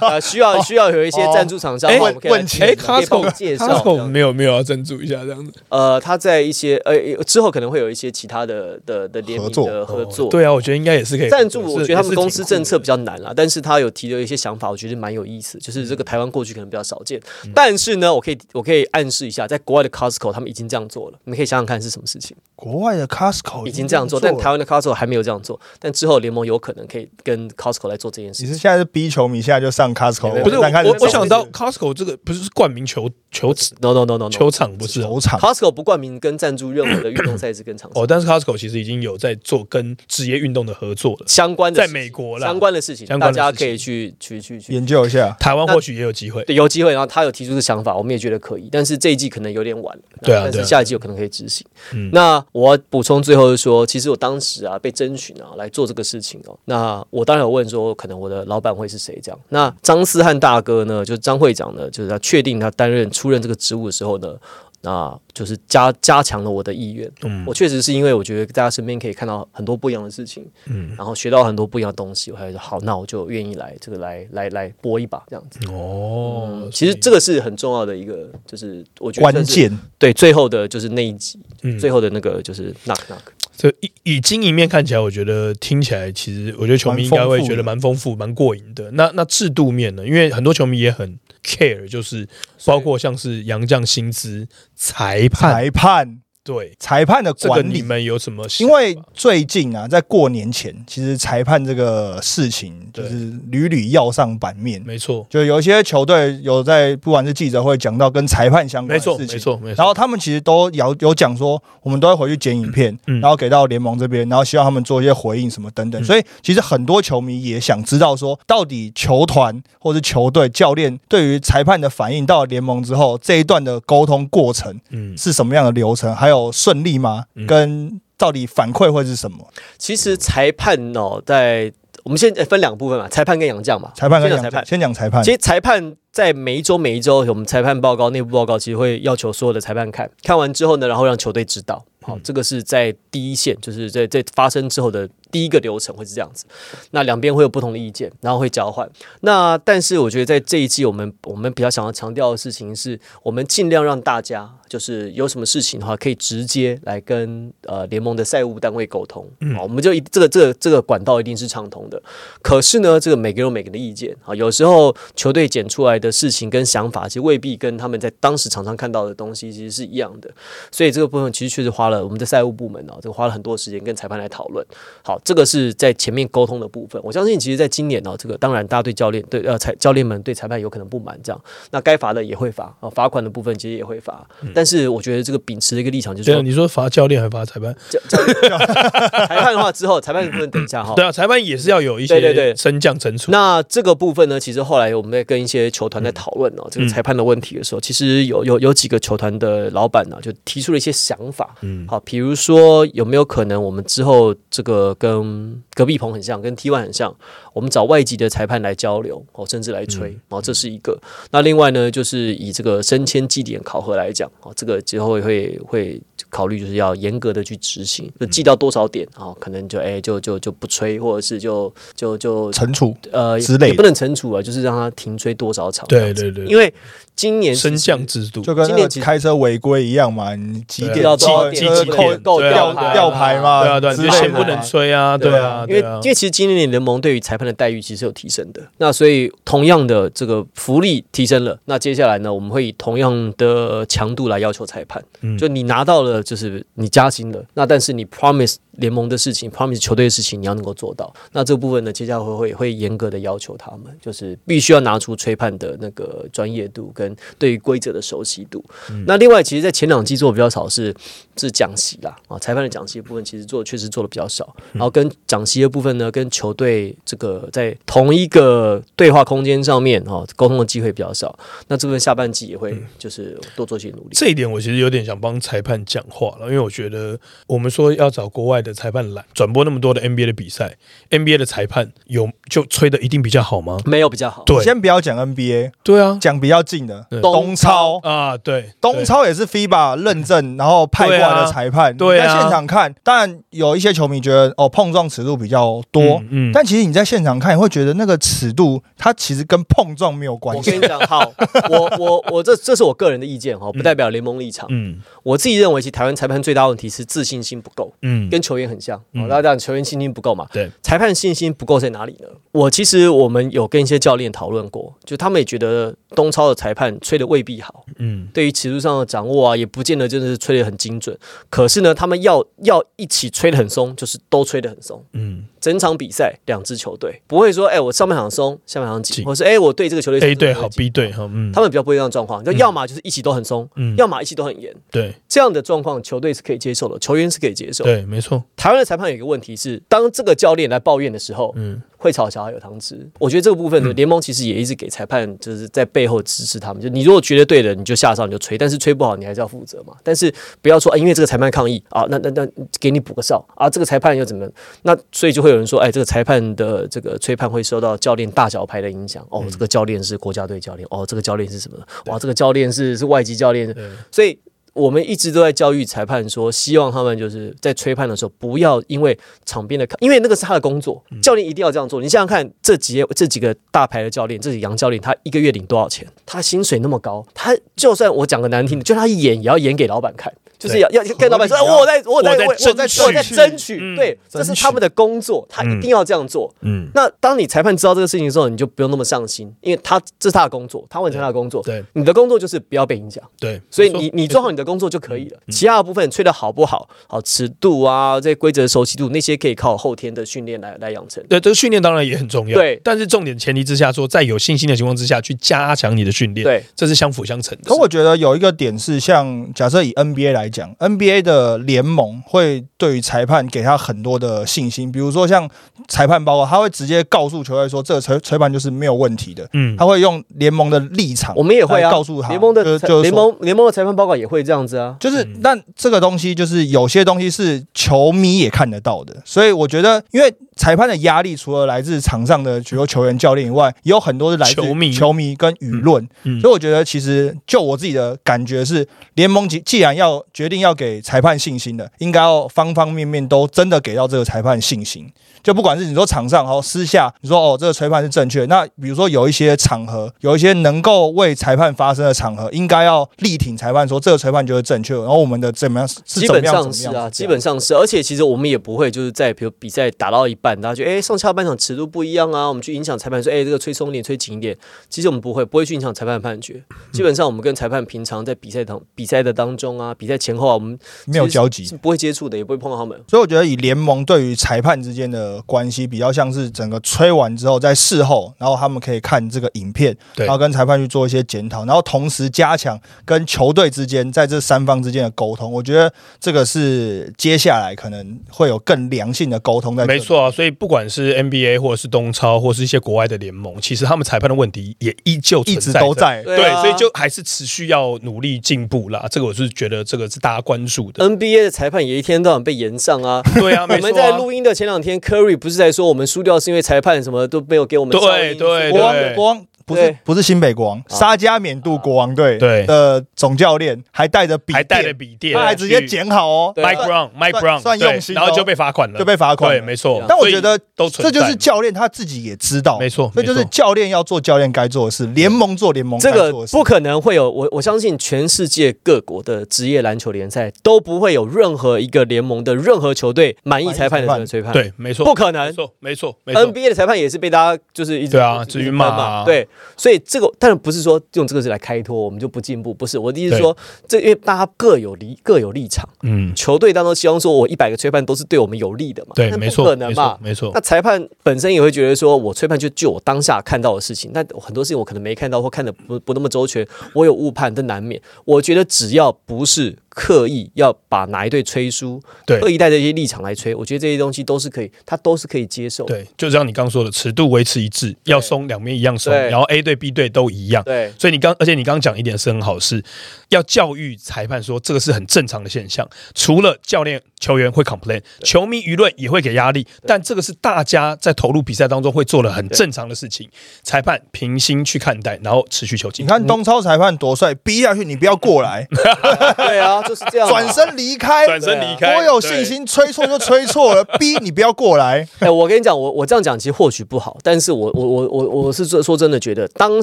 S1: 呃，需要需要有一些赞助厂商，
S2: 哎
S1: 那我们可以来
S3: 问钱
S2: 哎
S1: 可以帮我们介绍这
S2: ，Costco，Costco
S1: 样。
S2: 没有没有要赞助一下这样子，
S1: 呃，他在一些呃之后可能会有一些其他的的的联名
S3: 合作
S1: 的合作，哦
S2: 对啊，我觉得应该也是可以
S1: 赞助，我
S2: 是
S1: 觉得他
S2: 也
S1: 们
S2: 是
S1: 公
S2: 挺
S1: 司
S2: 酷
S1: 政
S2: 的
S1: 策比较难啦，但是他有提的一些想法，我觉得蛮有意思，就是
S2: 嗯
S1: 这个台湾过去可能比较少见， 但是呢，我可以我可以暗示一下，在国外的 Costco 他们已经这样做了，你可以想想看是什么事情，
S3: 国外的 Costco
S1: 已经这样做，但台湾的 Costco 还没有这样做，但之后联盟有可能可以跟 Costco 来做这件事
S3: 你。是现在是逼球迷，现在就上 Costco，
S2: 不是
S3: 网站开始
S2: 我，我
S3: 找
S2: 想到 Costco 这个不是是冠名球球
S1: No no no no no。
S2: 球场不是哦
S3: 球场
S1: Costco 不冠名跟赞助任何的运动赛事跟厂商
S2: 哦，但是 Costco 其实已经有在做跟职业运动的合作了，
S1: 相关的
S2: 在
S1: 事
S2: 美国啦，
S1: 相关的事情，
S2: 相
S1: 大
S2: 关的
S1: 家
S2: 事
S1: 可以
S2: 情
S1: 去去去去
S3: 研究一下。
S2: 台湾或许也有机会。
S1: 对，有机会。然后他有提出这想法，我们也觉得可以，但是这一季可能有点晚了。
S2: 对啊
S1: 但
S2: 对
S1: 是
S2: 啊
S1: 下一季有可能可以执行。
S2: 嗯
S1: 那我要补充最后是说，其实我当时啊被征询啊来做这个事情哦，那我当然有问说，可能我的老板会是谁这样。那张思翰大哥呢，就是张会长呢，就是他确定他担任出任这个职务的时候呢。那就是加加强了我的意愿。
S2: 嗯
S1: 我确实是因为我觉得大家身边可以看到很多不一样的事情，
S2: 嗯，
S1: 然后学到很多不一样的东西，我还说好，那我就愿意来这个来来来搏一把这样子。
S2: 哦，
S1: 嗯其实这
S2: 个
S1: 个是很重要的一个，就是我觉得
S3: 关
S1: 算是
S3: 键
S1: 对最后的就是那一集，
S2: 嗯
S1: 最后的那个就是 knock knock，
S2: 这以以经营面看起来，我觉得听起来其实我觉得球迷应该会觉得蛮丰富、蛮过瘾的。那那制度面呢？因为很多球迷也很 care，就是包括像是洋将薪资、裁判，
S3: 裁判
S2: 对
S3: 裁判的
S2: 这个
S3: 管
S2: 你
S3: 理，
S2: 们有什么想
S3: 因
S2: 法？
S3: 为最近啊，在过年前，其实裁判这个事情就
S2: 对
S3: 是屡屡要上版面。
S2: 没错，
S3: 就有一些球队有在，不管是记者会讲到跟裁判相关
S2: 没
S3: 的事
S2: 错，
S3: 情，
S2: 没错，没错。
S3: 然后他们其实都有有讲说，我们都会回去剪影片，
S2: 嗯
S3: 然后给到联盟这边，然后希望他们做一些回应什么等等。
S2: 嗯
S3: 所以其实很多球迷也想知道说，到底球团或是球队教练对于裁判的反应到了联盟之后这一段的沟通过程
S2: 嗯，
S3: 是什么样的流程，还有顺利吗？
S2: 嗯
S3: 跟到底反馈会是什么？
S1: 其实裁判哦，在我们先呃分两部分嘛，裁判跟洋将嘛，
S3: 裁判跟
S1: 先
S3: 讲
S1: 讲裁判。
S3: 先讲裁判
S1: 其，实裁判在每一周每一周，我们裁判报告、内部报告，其实会要求所有的裁判看看完之后呢，然后让球队知道。好，
S3: 嗯
S1: 这个是在第一线，就是在在发生之后的第一个流程会是这样子。那两边会有不同的意见，然后会交换。那但是我觉得在这一季，我们我们比较想要强调的事情是，我们尽量让大家就是有什么事情的话，可以直接来跟呃联盟的赛务单位沟通。
S3: 嗯
S1: 好，我们就一这个这个这个管道一定是畅通的。可是呢，这个每个人有每个人的意见啊，有时候球队剪出来的事情跟想法，其实未必跟他们在当时场上看到的东西其实是一样的。所以这个部分其实确实花了我们的赛务部门啊，这个花了很多时间跟裁判来讨论。好，这个是在前面沟通的部分。我相信，其实在今年呢、啊这个当然大家对教练对呃裁教练们对裁判有可能不满，这样那该罚的也会罚啊、罚款的部分其实也会罚。但是我觉得这个秉持的一个立场就是
S2: 嗯对啊，
S1: 说，
S2: 你说罚教练还罚裁判？
S1: 裁判的话之后，裁判的部分等一下哈。
S2: 对啊，裁判也是要有一
S1: 对对对
S2: 些升降惩处。
S1: 那这个部分呢，其实后来我们在跟一些球团在讨论哦，这个裁判的问题的时候，其实有有有几个球团的老板呢、就提出了一些想法。
S2: 嗯
S1: 好，比如说有没有可能我们之后这个跟隔壁棚很像，跟 T1 很像，我们找外籍的裁判来交流哦，甚至来吹哦，这是一个。那另外呢，就是以这个升迁绩点考核来讲哦，这个之后会会考虑就是要严格的去执行，就记到多少点哦，可能就哎就就就不吹，或者是就就就
S3: 惩处
S1: 呃
S3: 之类的
S1: 也不能惩处啊，就是让他停吹多少场。
S2: 对对对，
S1: 因为今年
S2: 升
S1: 其实
S2: 降制度
S3: 就跟
S1: 今
S3: 那
S1: 年
S3: 个
S1: 其实
S3: 开车违规一样嘛，你几
S2: 对啊
S3: 点
S1: 要
S3: 之
S1: 到
S3: 后
S1: 几
S3: 就是
S1: 点
S3: 扣
S1: 够
S2: 对
S1: 吊
S2: 啊对
S1: 牌
S2: 啊
S3: 吊牌嘛
S2: 对啊对啊，
S3: 之
S2: 你
S1: 类
S2: 就
S1: 的
S2: 先不能吹啊，对啊，
S1: 因为
S2: 对啊
S1: 因为其实今年联盟对于裁判的待遇其实有提升的，那所以同样的这个福利提升了，那接下来呢，我们会以同样的强度来要求裁判，
S2: 嗯
S1: 就你拿到了了，就是你加薪了，那但是你 promise 联盟的事情，promise 球队的事情，你要能够做到。那这部分呢，接下来会会会严格的要求他们，就是必须要拿出吹判的那个专业度跟对于规则的熟悉度。
S2: 嗯
S1: 那另外，其实，在前两季做的比较少是是讲席啦，啊，裁判的讲席的部分其实做确实做的比较少，
S2: 嗯
S1: 然后跟讲席的部分呢，跟球队这个在同一个对话空间上面哈、哦沟通的机会比较少。那这部分下半季也会
S2: 嗯
S1: 就是多做些努力。
S2: 这一点我其实有点想帮裁判讲话了，因为我觉得我们说要找国外的裁判来转播那么多的 NBA 的比赛，NBA 的裁判有就吹的一定比较好吗？
S1: 没有比较好，
S2: 对
S3: 先不要讲 NBA，
S2: 对啊，
S3: 讲比较近的
S2: 对
S3: 东
S1: 哦
S3: 超。
S2: 啊对，
S3: 东超也是 FIBA 认证，然后派过来的裁判。
S2: 对啊对啊
S3: 在现场看，当然有一些球迷觉得哦碰撞尺度比较多，
S2: 嗯嗯
S3: 但其实你在现场看，你会觉得那个尺度它其实跟碰撞没有关
S1: 我
S3: 系。
S1: 跟你讲， 好，我我我这这是我个人的意见哈，不代表联盟立场。
S2: 嗯
S1: 我自己认为，其实台湾裁判最大的问题是自信心不够，
S2: 嗯
S1: 跟球员很像。
S2: 嗯
S1: 哦大家讲球员信心不够嘛，
S2: 对，
S1: 裁判信心不够在哪里呢？我其实我们有跟一些教练讨论过，就他们也觉得东超的裁判吹的未必好，
S2: 嗯
S1: 对于尺度上的掌握啊，也不见得真的是吹的很精准。可是呢，他们要要一起吹的很松，就是都吹的很松。
S2: 嗯
S1: 整场比赛两支球队不会说，哎、我上半场松，下半场紧，
S2: 紧
S1: 或是哎、我对这个球队
S2: ，A 队
S1: 松这个球队
S2: 好
S1: 紧
S2: ，B 队好，嗯，
S1: 他们比较不会这样的状况，就要么就是一起都很松，
S2: 嗯
S1: 要么一起都很严。
S2: 对
S1: 这样的状况，球队是可以接受的，球员是可以接受。
S2: 对，没错，
S1: 台湾的裁判有一个问题是，当这个教练来抱怨的时候，
S2: 嗯
S1: 会吵小孩有糖吃。我觉得这个部分呢，联盟其实也一直给裁判就是在背后支持他们。就你如果觉得对的，你就下哨你就吹，但是吹不好你还是要负责嘛。但是不要说，哎，因为这个裁判抗议啊，那那那给你补个哨啊，这个裁判又怎么？那所以就会有人说，哎，这个裁判的这个吹判会受到教练大小牌的影响。哦，
S2: 嗯
S1: 这个教练是国家队教练，哦，这个教练是什么？哇，这个教练是是外籍教练，
S2: 对
S1: 所以我们一直都在教育裁判说，希望他们就是在吹判的时候，不要因为场边的看，因为那个是他的工作，嗯教练一定要这样做。你想想看，这几这几个大牌的教练，这几个洋教练，他一个月领多少钱？他薪水那么高，他就算我讲个难听的，就他演也要演给老板看。就是要要跟老板说，
S3: 合理啊
S1: 我在我在
S2: 我在
S1: 我
S2: 争
S1: 在
S2: 取
S1: 我在争取，
S2: 嗯
S1: 对，这是他们的工作，他一定要这样做。
S2: 嗯
S1: 那当你裁判知道这个事情的时候，你就不用那么上心，因为他这是他的工作，他完成他的工作。
S2: 对
S1: 你的工作就是不要被影响。
S2: 对，
S1: 所以
S2: 没错
S1: 你你做好你的工作就可以了，
S3: 嗯
S1: 其他的部分吹的好不好，好尺度啊，这些规则的熟悉度那些可以靠后天的训练来来养成。
S2: 对，这个训练当然也很重要，
S1: 对
S2: 但是重点前提之下说，在有信心的情况之下去加强你的训练，
S1: 对，
S2: 这是相辅相成的。
S3: 可我觉得有一个点是，像假设以 NBA 来讲，NBA 的联盟会对于裁判给他很多的信心，比如说像裁判包括他会直接告诉球队说，这个裁裁判就是没有问题的，
S2: 嗯，
S3: 他会用联盟的立场，
S1: 我们也会啊，
S3: 告诉他
S1: 联盟的
S3: 就是
S1: 裁
S3: 就是
S1: 联
S3: 说
S1: 盟联盟的裁判报告也会这样子啊。
S3: 就是，
S2: 嗯
S3: 但这个东西就是有些东西是球迷也看得到的，所以我觉得，因为裁判的压力除了来自场上的比如说球员、教练以外，也有很多是来自
S2: 球迷
S3: 球迷跟舆论。
S2: 嗯
S3: 所以我觉得，其实就我自己的感觉是，联盟既既然要决定要给裁判信心的，应该要方方面面都真的给到这个裁判信心。就不管是你说场上哦，私下你说哦，这个裁判是正确。那比如说有一些场合，有一些能够为裁判发声的场合，应该要力挺裁判说这个裁判就是正确。然后我们的怎么样是是
S1: 基
S3: 怎么
S1: 本
S3: 样怎
S1: 上
S3: 么
S1: 是
S3: 样
S1: 啊，基本上是，而且其实我们也不会就是在比如比赛打到一半，大家觉得哎上下半场尺度不一样啊，我们去影响裁判说哎这个吹松一点，吹紧一点。其实我们不会，不会去影响裁判的判决。基本上我们跟裁判平常在比赛当比赛的当中啊，比赛前后啊，我们
S3: 没有交集
S1: 是。不会接触的，也不会碰到他们。
S3: 所以我觉得，以联盟对于裁判之间的关系，比较像是整个吹完之后，在事后，然后他们可以看这个影片，
S2: 对
S3: 然后跟裁判去做一些检讨，然后同时加强跟球队之间在这三方之间的沟通。我觉得这个是接下来可能会有更良性的沟通在。
S2: 没，错啊，所以不管是 NBA 或者是东超，或是一些国外的联盟，其实他们裁判的问题也依旧
S3: 一
S2: 存
S3: 直
S2: 在
S3: 都
S2: 着。
S3: 在。
S1: 对
S2: 对，
S1: 啊
S2: 所以就还是持续要努力进步啦。这个我是觉得这个是大家关注的。
S1: NBA 的裁判也一天到晚被延上啊。
S3: 呃
S2: 对啊，
S1: 我
S2: 没
S1: 们
S2: 错
S1: 在
S2: 啊。
S1: 录音的前两天，Curry 不是在说我们输掉是因为裁判什么都没有给我们
S2: 对
S1: 效应
S2: 对
S3: 国
S1: 我
S3: 王
S2: 对啊
S3: 国王不是
S1: 对
S3: 不是新北国王，沙加缅度国王队
S2: 对
S3: 的总教练还带着笔电，
S2: 还带着笔电，
S3: 他还直接
S2: 去
S3: 剪好哦，
S1: 对啊
S2: Mike
S1: 算
S2: Brown，Mike
S3: 算
S2: Brown，
S3: 算
S2: 对
S3: 用心哦
S2: 然后就被罚款了，
S3: 就被罚款
S2: 对，
S3: 了
S2: 没错。
S3: 但我觉
S2: 所以
S3: 得
S2: 都存
S3: 这
S2: 在
S3: 就是教练他自己也知道，
S2: 没错
S3: 所以就是
S2: 没错
S3: 教练要做教练该做的事，联盟做联盟
S1: 嗯这
S3: 该
S1: 个
S3: 做的事。
S1: 不可能会有我，我相信全世界各国的职业篮球联赛都不会有任何一个联盟的任何球队满意裁判
S3: 满意
S1: 的
S3: 裁
S1: 吹判，，
S2: 对，没错，
S1: 不可
S2: 没
S1: 能。
S2: 错，没错，没错。
S1: NBA 的裁判也是被大家就是一直
S2: 对啊
S1: 一直
S2: 至于
S1: 喷
S2: 骂啊
S1: 嘛，对，所以这个当然不是说用这个字来开脱，我们就不进步，不是我的意思是
S2: 对
S1: 说，这因为大家各有立各有立场，
S2: 嗯，
S1: 球队当中希望说我一百个吹判都是对我们有利的嘛，
S2: 对，
S1: 那
S2: 没
S1: 不
S2: 错，
S1: 可能
S2: 没
S1: 嘛
S2: 错，，没错
S1: 那，裁判本身也会觉得说，我吹判就就我当下看到的事情，但很多事情我可能没看到或看的不不那么周全，我有误判，这难免。我觉得只要不是刻意要把哪一队吹输，
S2: 对
S1: 刻意带着一些立场来吹，我觉得这些东西都是可以，他都是可以接受的。
S2: 对，就像你刚说的，尺度维持一致，要松两边一样松，
S1: 对
S2: 然后 A 对 B 对都一样。
S1: 对
S2: 所以你刚，而且你刚刚讲一点是很好，是要教育裁判说这个是很正常的现象。除了教练、球员会 complain，球迷舆论也会给压力，但这个是大家在投入比赛当中会做的很正常的事情。裁判平心去看待，然后持续求
S3: 你
S2: 进。
S3: 看东超裁判多帅，逼下去你不要过来，
S1: 嗯 对啊，就是这样嘛。
S3: 转身离开，
S2: 转身离开，
S3: 我有信心，吹错就吹错了，逼你不要过 来。
S1: 哎、我跟你讲，我我这样讲其实或许不好，但是我我我我我是说说真的，觉得当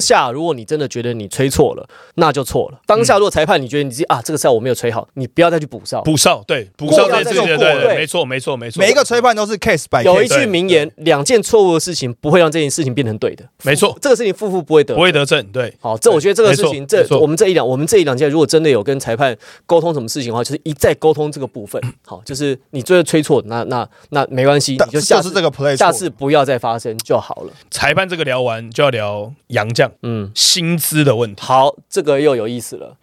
S1: 下如果你真的觉得你吹错了，那就错了。当下如果裁判你觉得你自己啊这个哨我没有吹好，你不要再去补哨
S2: 对。补哨，对补哨
S3: 过了
S2: 这件
S3: 就
S2: 事情，对
S3: 过了
S2: 对，对没错没错没错，
S3: 每一个吹判都是 case by
S1: 有一
S3: case，
S1: 句名言：两件错误的事情不会让这件事情变成对的。
S2: 没错
S3: 哦
S1: 负这个事情负负不会得
S2: 不。会得正，对，
S1: 好，这我觉得这个事
S2: 没
S1: 情，
S2: 错
S1: 这
S2: 没错
S1: 我们这一两我们这一两届如果真的有跟裁判沟通什么事情的话，就是一再沟通这个 部分。好，就是你最后吹错，那那那没关系，
S3: 但
S1: 你就下
S3: 就
S1: 次
S3: 是这个 play，
S1: 下
S3: 错
S1: 次不要再发生就好了。
S2: 裁判这个聊完就要聊杨将
S1: 嗯，
S2: 薪资的问题。
S1: 好，这个又有意思了。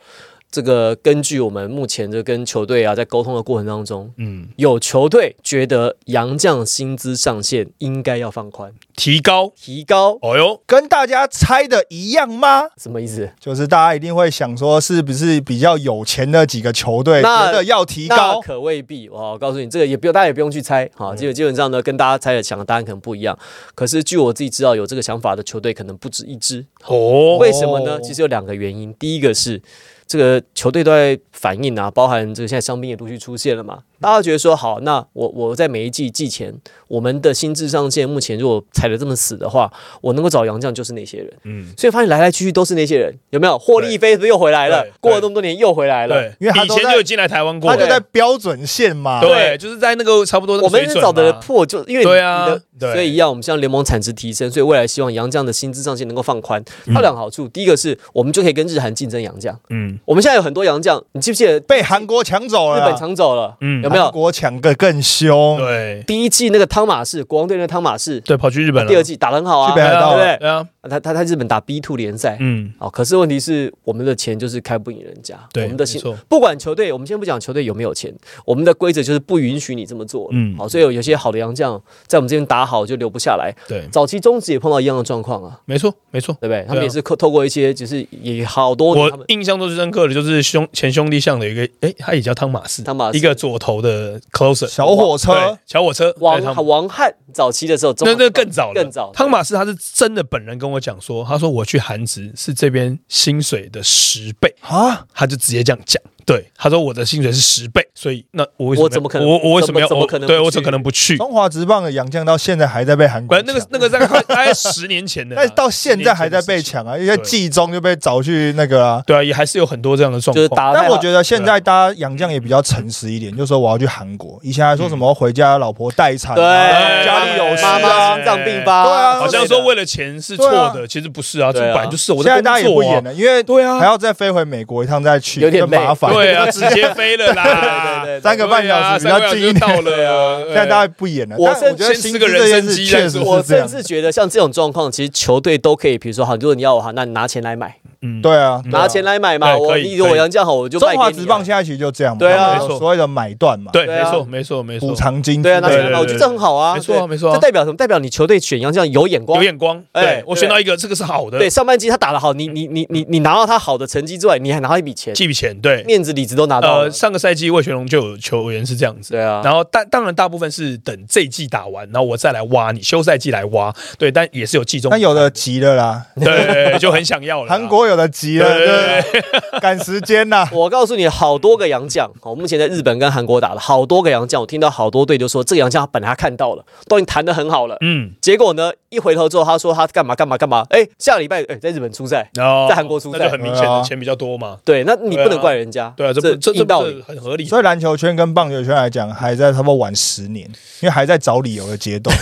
S1: 这个根据我们目前这跟球队啊在沟通的过程当中，
S2: 嗯，
S1: 有球队觉得洋将薪资上限应该要放宽，
S2: 提高。
S1: 提高
S2: 哦哟，
S3: 跟大家猜的一样吗？
S1: 什么意思？
S3: 就是大家一定会想说，是不是比较有钱的几个球队
S1: 那
S3: 觉得要提
S1: 那
S3: 高？嗯
S1: 可未必。哇我告诉你，这个也不用，大家也不用去猜哈。基本基本上呢，跟大家猜的想的答案可能不一样。可是据我自己知道，有这个想法的球队可能不止一支。
S2: 哦，
S1: 为什么呢？其实有两个原因。第一个是这个球队都在反映啊，包含这个现在伤兵也陆续出现了
S2: 嗯
S1: 嘛，大家觉得说好，那我我在每一季季前，我们的薪资上限目前如果踩得这么死的话，我能够找洋将就是那些人。
S2: 嗯，
S1: 所以发现来来去去都是那些人，有没有？霍利菲是不是又回来了
S2: 对对？
S1: 过了这么多年又回来了。
S2: 对，
S3: 因为他
S2: 以
S3: 都
S2: 前
S3: 在
S2: 就有进来台湾过
S3: 他，就在标准线嘛。
S2: 对，就是在那个差不多那
S1: 我
S2: 个
S1: 们
S2: 水
S1: 能
S2: 准
S1: 找的
S2: 嘛
S1: 破，就因为你
S2: 对啊
S1: 你的
S2: 对
S1: 所以一样，我们希望联盟产值提升，所以未来希望洋将的薪资上限能够放宽。它有两个好处，第一个是我们就可以跟日韩竞争洋将。
S2: 嗯
S1: 我们现在有很多洋将，你记不记得日
S3: 被韩国抢走了啦，
S1: 本抢走了？
S2: 嗯
S1: 有没有
S3: 啊韩国抢个更凶，
S2: 对
S1: 第一季那个汤马士，国王队那个汤马士，
S2: 对，跑去日本了，
S1: 第二季打得很好啊，
S3: 去北
S1: 对
S3: 海
S2: 对
S3: 道
S1: 不
S2: 啊
S3: 了
S1: 对？
S2: 对啊，
S1: 他他在日本打 B two 联赛，
S2: 嗯，
S1: 哦，可是问题是我们的钱就是开不赢人家，
S2: 对
S1: 我们的
S2: 没
S1: 薪
S2: 错
S1: 不管球队，我们先不讲球队有没有钱，我们的规则就是不允许你这么做。嗯
S2: 嗯，
S1: 好，所以有有些好的洋将在我们这边打好就留不下来。
S2: 对，
S1: 早期中职也碰到一样的状况啊，
S2: 没错没错。
S1: 对不对？他们
S2: 嗯对啊
S1: 也是透透过一些，就是也好多年他
S2: 我
S1: 们
S2: 印象最深刻的就是兄前兄弟像的一个，哎，他也叫汤马斯，
S1: 汤马斯
S2: 一个左投的 closer，
S3: 小火车
S2: 对，小火车，对汤马
S1: 王王汉早期的时候，中
S2: 那那更早了，
S1: 更早
S2: 汤马斯他是真的本人跟我讲说，他说我去韩职是这边薪水的十倍，
S3: 啊，
S2: 他就直接这样讲。对，他说我的薪水是十倍，所以那我为什么
S1: 我怎么可能
S2: 我我为什么要
S1: 怎么怎么
S2: 我
S1: 可能
S2: 对
S1: 不
S2: 我
S1: 去
S2: 怎么可能不去？
S3: 中华职棒的洋将到现在还在被韩国
S2: 不然
S3: 抢，
S2: 那个那个在快大概十年前的啦，
S3: 但是到现在还在
S2: 10
S3: 被
S2: 年前的事情。
S3: 抢啊，因为
S2: 对
S3: 季中就被找去那个啊。
S2: 对啊，也还是有很多这样的状
S1: 就是
S2: 况。
S1: 打得太好。
S3: 但我觉得现在大家洋将也比较诚实一点，就说我要去韩国。以前还说什么回家老婆待产啊，
S1: 对
S3: 家里有事
S1: 妈哎妈
S3: 啊。
S1: 心脏病发，
S3: 对啊
S2: 好像说为了钱是错的，其实不是啊，这
S1: 对啊
S2: 本来就是我
S3: 现在
S2: 在
S3: 大家也
S2: 工
S3: 不
S2: 作啊
S3: 演。了，因为
S2: 对啊
S3: 还要再飞回美国一趟再去，
S1: 有点
S3: 更麻
S1: 累
S3: 烦。
S2: 对啊，直接飞了啦。
S1: 对对对对
S3: 三个半小时比
S2: 对啊
S3: 较近一
S2: 三个半小时就到
S3: 点。
S2: 了啊。
S3: 现在大家不演了，
S1: 我
S3: 但
S1: 甚
S3: 我觉得
S2: 先吃
S3: 薪资
S2: 个人
S3: 这件
S2: 参
S3: 事
S2: 鸡
S3: 确
S2: 再
S3: 实
S2: 说
S1: 我
S3: 是这
S1: 甚
S3: 样。
S1: 至觉得像这种状况，其实球队都可以，比如说，好，如果你要我，好那你拿钱来买，
S2: 嗯，
S3: 对啊，对啊
S1: 拿钱来买嘛。
S2: 对
S1: 我
S2: 可以
S1: 你如果
S2: 可以
S1: 杨绛好，我就卖
S3: 中
S1: 给
S3: 华
S1: 你
S3: 职棒
S1: 啊
S3: 现在其实就这样嘛，
S1: 对啊
S3: 他们有
S2: 没错
S3: 所谓的买断嘛，
S2: 对，
S1: 对
S2: 没
S1: 啊
S2: 错，没错，没错
S3: 补，偿金之
S1: 对
S3: 类
S1: 啊，
S3: 的，
S1: 拿
S2: 对
S1: 钱来
S2: 对对
S1: 买，我觉得这很好啊。
S2: 没错啊
S1: 对
S2: 没错啊
S1: 这代表什么？代表你球队选洋将有眼光
S2: 有。眼光。
S1: 哎
S2: 对我
S1: 对
S2: 选到一个，这个是好的
S1: 对，，上半季他打得好，你你你你你拿到他好的成绩之外，你还拿到一笔钱，
S2: 记笔钱。对，
S1: 面子里子都拿到
S2: 呃，
S1: 了。
S2: 上个赛季魏全龙就有球员是这样子。
S1: 对啊，
S2: 然后，但当然，大部分是等这一季打完，然后我再来挖你，休赛季来挖。对，但也是有季中，
S3: 但有的急了啦，
S2: 对，啊就很想要了啦。
S3: 韩国有的急了，就是 赶时间呐。
S1: 我告诉你，好多个洋将，我目前在日本跟韩国打了好多个洋将，我听到好多队就说这个洋将他本来他看到了，都已经谈得很好了，
S2: 嗯，
S1: 结果呢，一回头之后他说他干嘛干嘛干嘛，哎，下礼拜哎在日本出赛，
S2: 然后
S1: 在韩国出赛
S2: 哦那就很明显
S3: 对啊
S2: 的钱比较多嘛。
S1: 对，那你
S2: 对啊
S1: 不能怪人家，
S2: 对啊，这不这
S1: 硬
S2: 这
S1: 道
S2: 这
S1: 理。
S2: 很合理。
S3: 所以篮球圈跟棒球圈来讲，还在差不多晚十年， 因为还在找理由的阶段。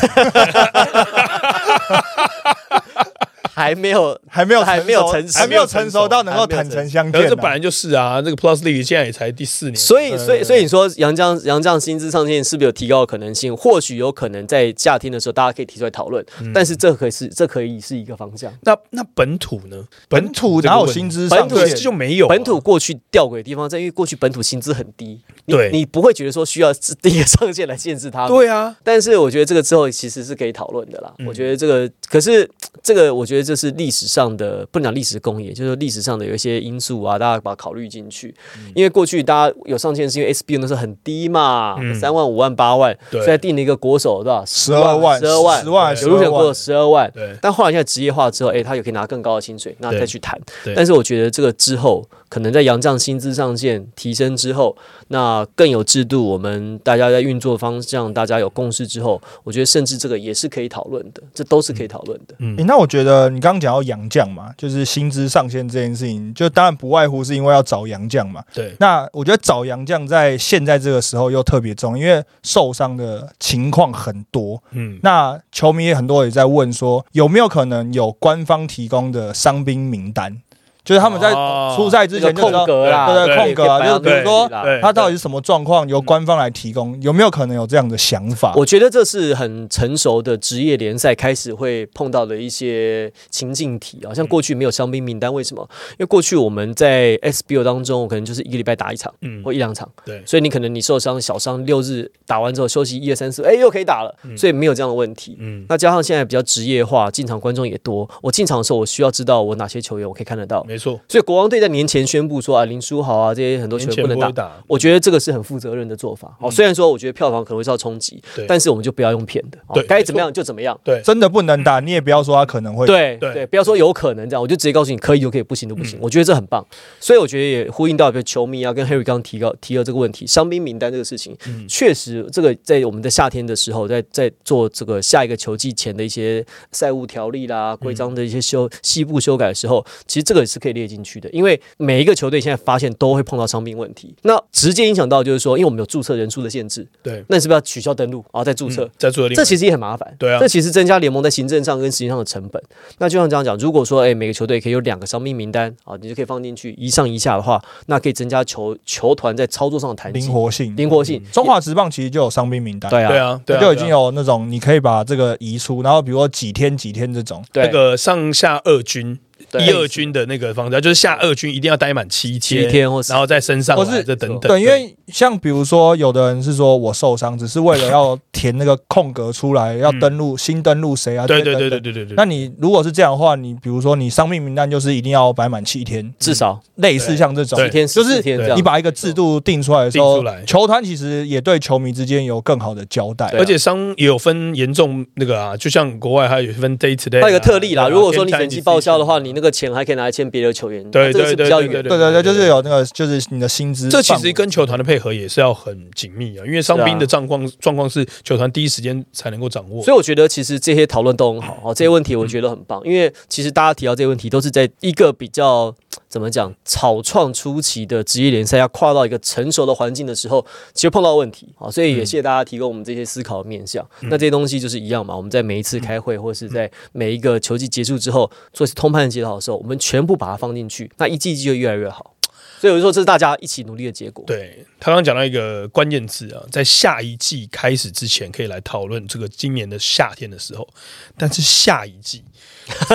S1: 还没有
S3: 还没有
S1: 还没有成熟
S3: 还没有成熟到能够坦诚相
S2: 可
S3: 见
S2: 是
S3: 啊。
S2: 这本来就是啊，这个 Plus League 现在也才第四年，
S1: 所以，
S3: 对
S1: 所以，所以你说杨绛杨绛薪资上限是不是有提高的可能性？或许有可能在夏天的时候大家可以提出来讨论，
S2: 嗯
S1: 但是这可以是这可以是一个方向。
S2: 那那本土呢？
S3: 本土
S2: 这个
S3: 哪有
S2: 问题
S3: 薪资上
S1: 本土
S2: 对
S3: 限？
S2: 就没有啊
S1: 本土过去吊诡的地方在于过去本土薪资很低，你
S2: 对
S1: 你不会觉得说需要制定一个上限来限制他们。
S2: 对啊，
S1: 但是我觉得这个之后其实是可以讨论的啦。我觉得这个，可是这个，我觉得这是历史上的，不能讲历史公野，就是历史上的有一些因素啊，大家把它考虑进去。因为过去大家有上限，是因为 SBU 那时候很低嘛，
S2: 嗯
S1: 三、万、五万、八万，
S2: 对
S1: 所以才定了一个国手的
S3: 十二万，
S1: 十二万
S3: 十。万，
S1: 有入选国手
S3: 过
S1: 十二万，
S2: 对
S1: 但后来现在职业化之后，哎、他也可以拿更高的薪水，那
S2: 对
S1: 再去谈
S2: 对。
S1: 但是我觉得这个之后，可能在杨绛薪资上限提升之后，那更有制度，我们大家在运作方向，大家有共识之后，我觉得甚至这个也是可以讨论的，这都是可以讨论的。
S3: 欸那我觉得你刚刚讲到杨绛嘛，就是薪资上限这件事情，就当然不外乎是因为要找杨绛嘛。
S2: 对，
S3: 那我觉得找杨绛在现在这个时候又特别重要，因为受伤的情况很多。
S2: 嗯，
S3: 那球迷也很多也在问说，有没有可能有官方提供的伤兵名单？ 就是他们在
S2: 哦
S3: 出赛之
S1: 这
S3: 前
S1: 个
S3: 就知
S1: 空
S3: 道
S1: 格啦，
S3: 对对
S1: 可以
S3: 空格啊
S1: 可以摆到
S3: 就是比如说
S1: 那里啦
S2: 对
S3: 他到底是什么状况，由官方来提供，有没有可能有这样的想法？
S1: 我觉得这是很成熟的职业联赛开始会碰到的一些情境题啊，
S2: 嗯
S1: 像过去没有伤兵名单，为什么？因为过去我们在 SBO 当中，我可能就是一个礼拜打一场，
S2: 嗯
S1: 或一两场，
S2: 对
S1: 所以你可能你受伤小伤，六日打完之后休息一二三四，哎，又可以打了，所以没有这样的问题。
S2: 嗯
S1: 那加上现在比较职业化，进场观众也多，我进场的时候我需要知道我哪些球员我可以看得到，
S2: 没错，
S1: 所以国王队在年前宣布说啊，林书豪啊这些很多球
S2: 年
S1: 员
S2: 前
S1: 不能
S2: 不
S1: 打
S2: 会，打，嗯
S1: 我觉得这个是很负责任的做法。哦，虽然说我觉得票房可能会受到冲击
S2: 对，
S1: 但是我们就不要用骗的，哦
S2: 对
S1: 该怎么样就怎么样。
S2: 对，
S3: 真的不能打，你也不要说他可能会
S1: 对
S2: 对
S1: 对，不要说有可能这样，我就直接告诉你可以就可以，不行就不行。我觉得这很棒，所以我觉得也呼应到比如球迷啊，跟 Harry 刚刚提到提到这个问题，伤兵名单这个事情，确实这个在我们在夏天的时候，在在做这个下一个球季前的一些赛务条例啦、规章的一些修细部修改的时候，其实这个也是可以列进去的，因为每一个球队现在发现都会碰到伤病问题，那直接影响到就是说，因为我们有注册人数的限制，
S2: 对，嗯
S1: 那你是不是要取消登录，然后再注册？
S2: 在做另外
S1: 这其实也很麻烦，
S2: 对啊
S1: 这其实增加联盟在行政上跟实际上的成本。那就像这样讲，如果说哎每个球队可以有两个伤病名单啊，你就可以放进去一上一下的话，那可以增加球球团在操作上的弹
S3: 灵
S1: 性、
S3: 活性。
S1: 灵活性。
S3: 中华职棒其实就有伤兵名单，
S1: 对啊，
S2: 对啊，对
S3: 它
S2: 啊，
S3: 就已经
S2: 对啊
S3: 有那种你可以把这个移出，然后比如说几天几天这种，
S1: 对
S2: 那个上下二军。
S1: 对
S2: 一二军的那个方向，就是下二军一定要待满七天，
S1: 七天或是
S2: 然后再升上
S3: 或
S2: 来，
S3: 是
S2: 再等等。
S3: 对，因为像比如说有的人是说我受伤，只是为了要填那个空格出来，要登录新登录谁啊？
S2: 嗯对
S3: 这
S2: 对
S3: 些
S2: 对对
S3: 等等。
S2: 对对对，
S3: 那你如果是这样的话，你比如说你伤病名单就是一定要摆满七天，
S1: 至
S2: 嗯
S1: 少
S3: 类似像这种
S2: 对
S1: 一，天
S3: 就是
S1: 14天这样。
S3: 你把一个制度定出来的时
S2: 定
S3: 候
S2: 出来，
S3: 球团其实也对球迷之间有更好的交代。
S1: 对啊
S2: 而且伤也有分严重那个啊，就像国外还有分 day to day，
S1: 还有一个特例啦，
S2: 对啊
S1: 如果说你
S2: game time
S1: 整季报销的话，你
S2: decision
S1: 那个钱还可以拿来签别的球员，
S2: 对
S1: 那这个是
S2: 对
S1: 比较
S2: 对
S1: 远。
S3: 对对对，就是有那个，就是你的薪资范
S2: 这
S3: 围。
S2: 其实跟球团的配合也是要很紧密啊，因为伤
S1: 是啊
S2: 兵的状况状况是球团第一时间才能够掌握。
S1: 所以我觉得其实这些讨论都很好，
S2: 嗯
S1: 哦，这些问题我觉得很棒，因为其实大家提到这些问题，都是在一个比较怎么讲草创初期的职业联赛要跨到一个成熟的环境的时候，其实碰到问题啊，哦所以
S2: 嗯
S1: 也谢谢大家提供我们这些思考的面向。那这些东西就是一样嘛，我们在每一次开会或是
S2: 嗯
S1: 在每一个球季结束之后做通判检讨的时候，我们全部把它放进去，那一季一季就越来越好。所以我就说，这是大家一起努力的结果。
S2: 嗯对他刚刚讲到一个关键字啊，在下一季开始之前可以来讨论这个今年的夏天的时候，但是下一季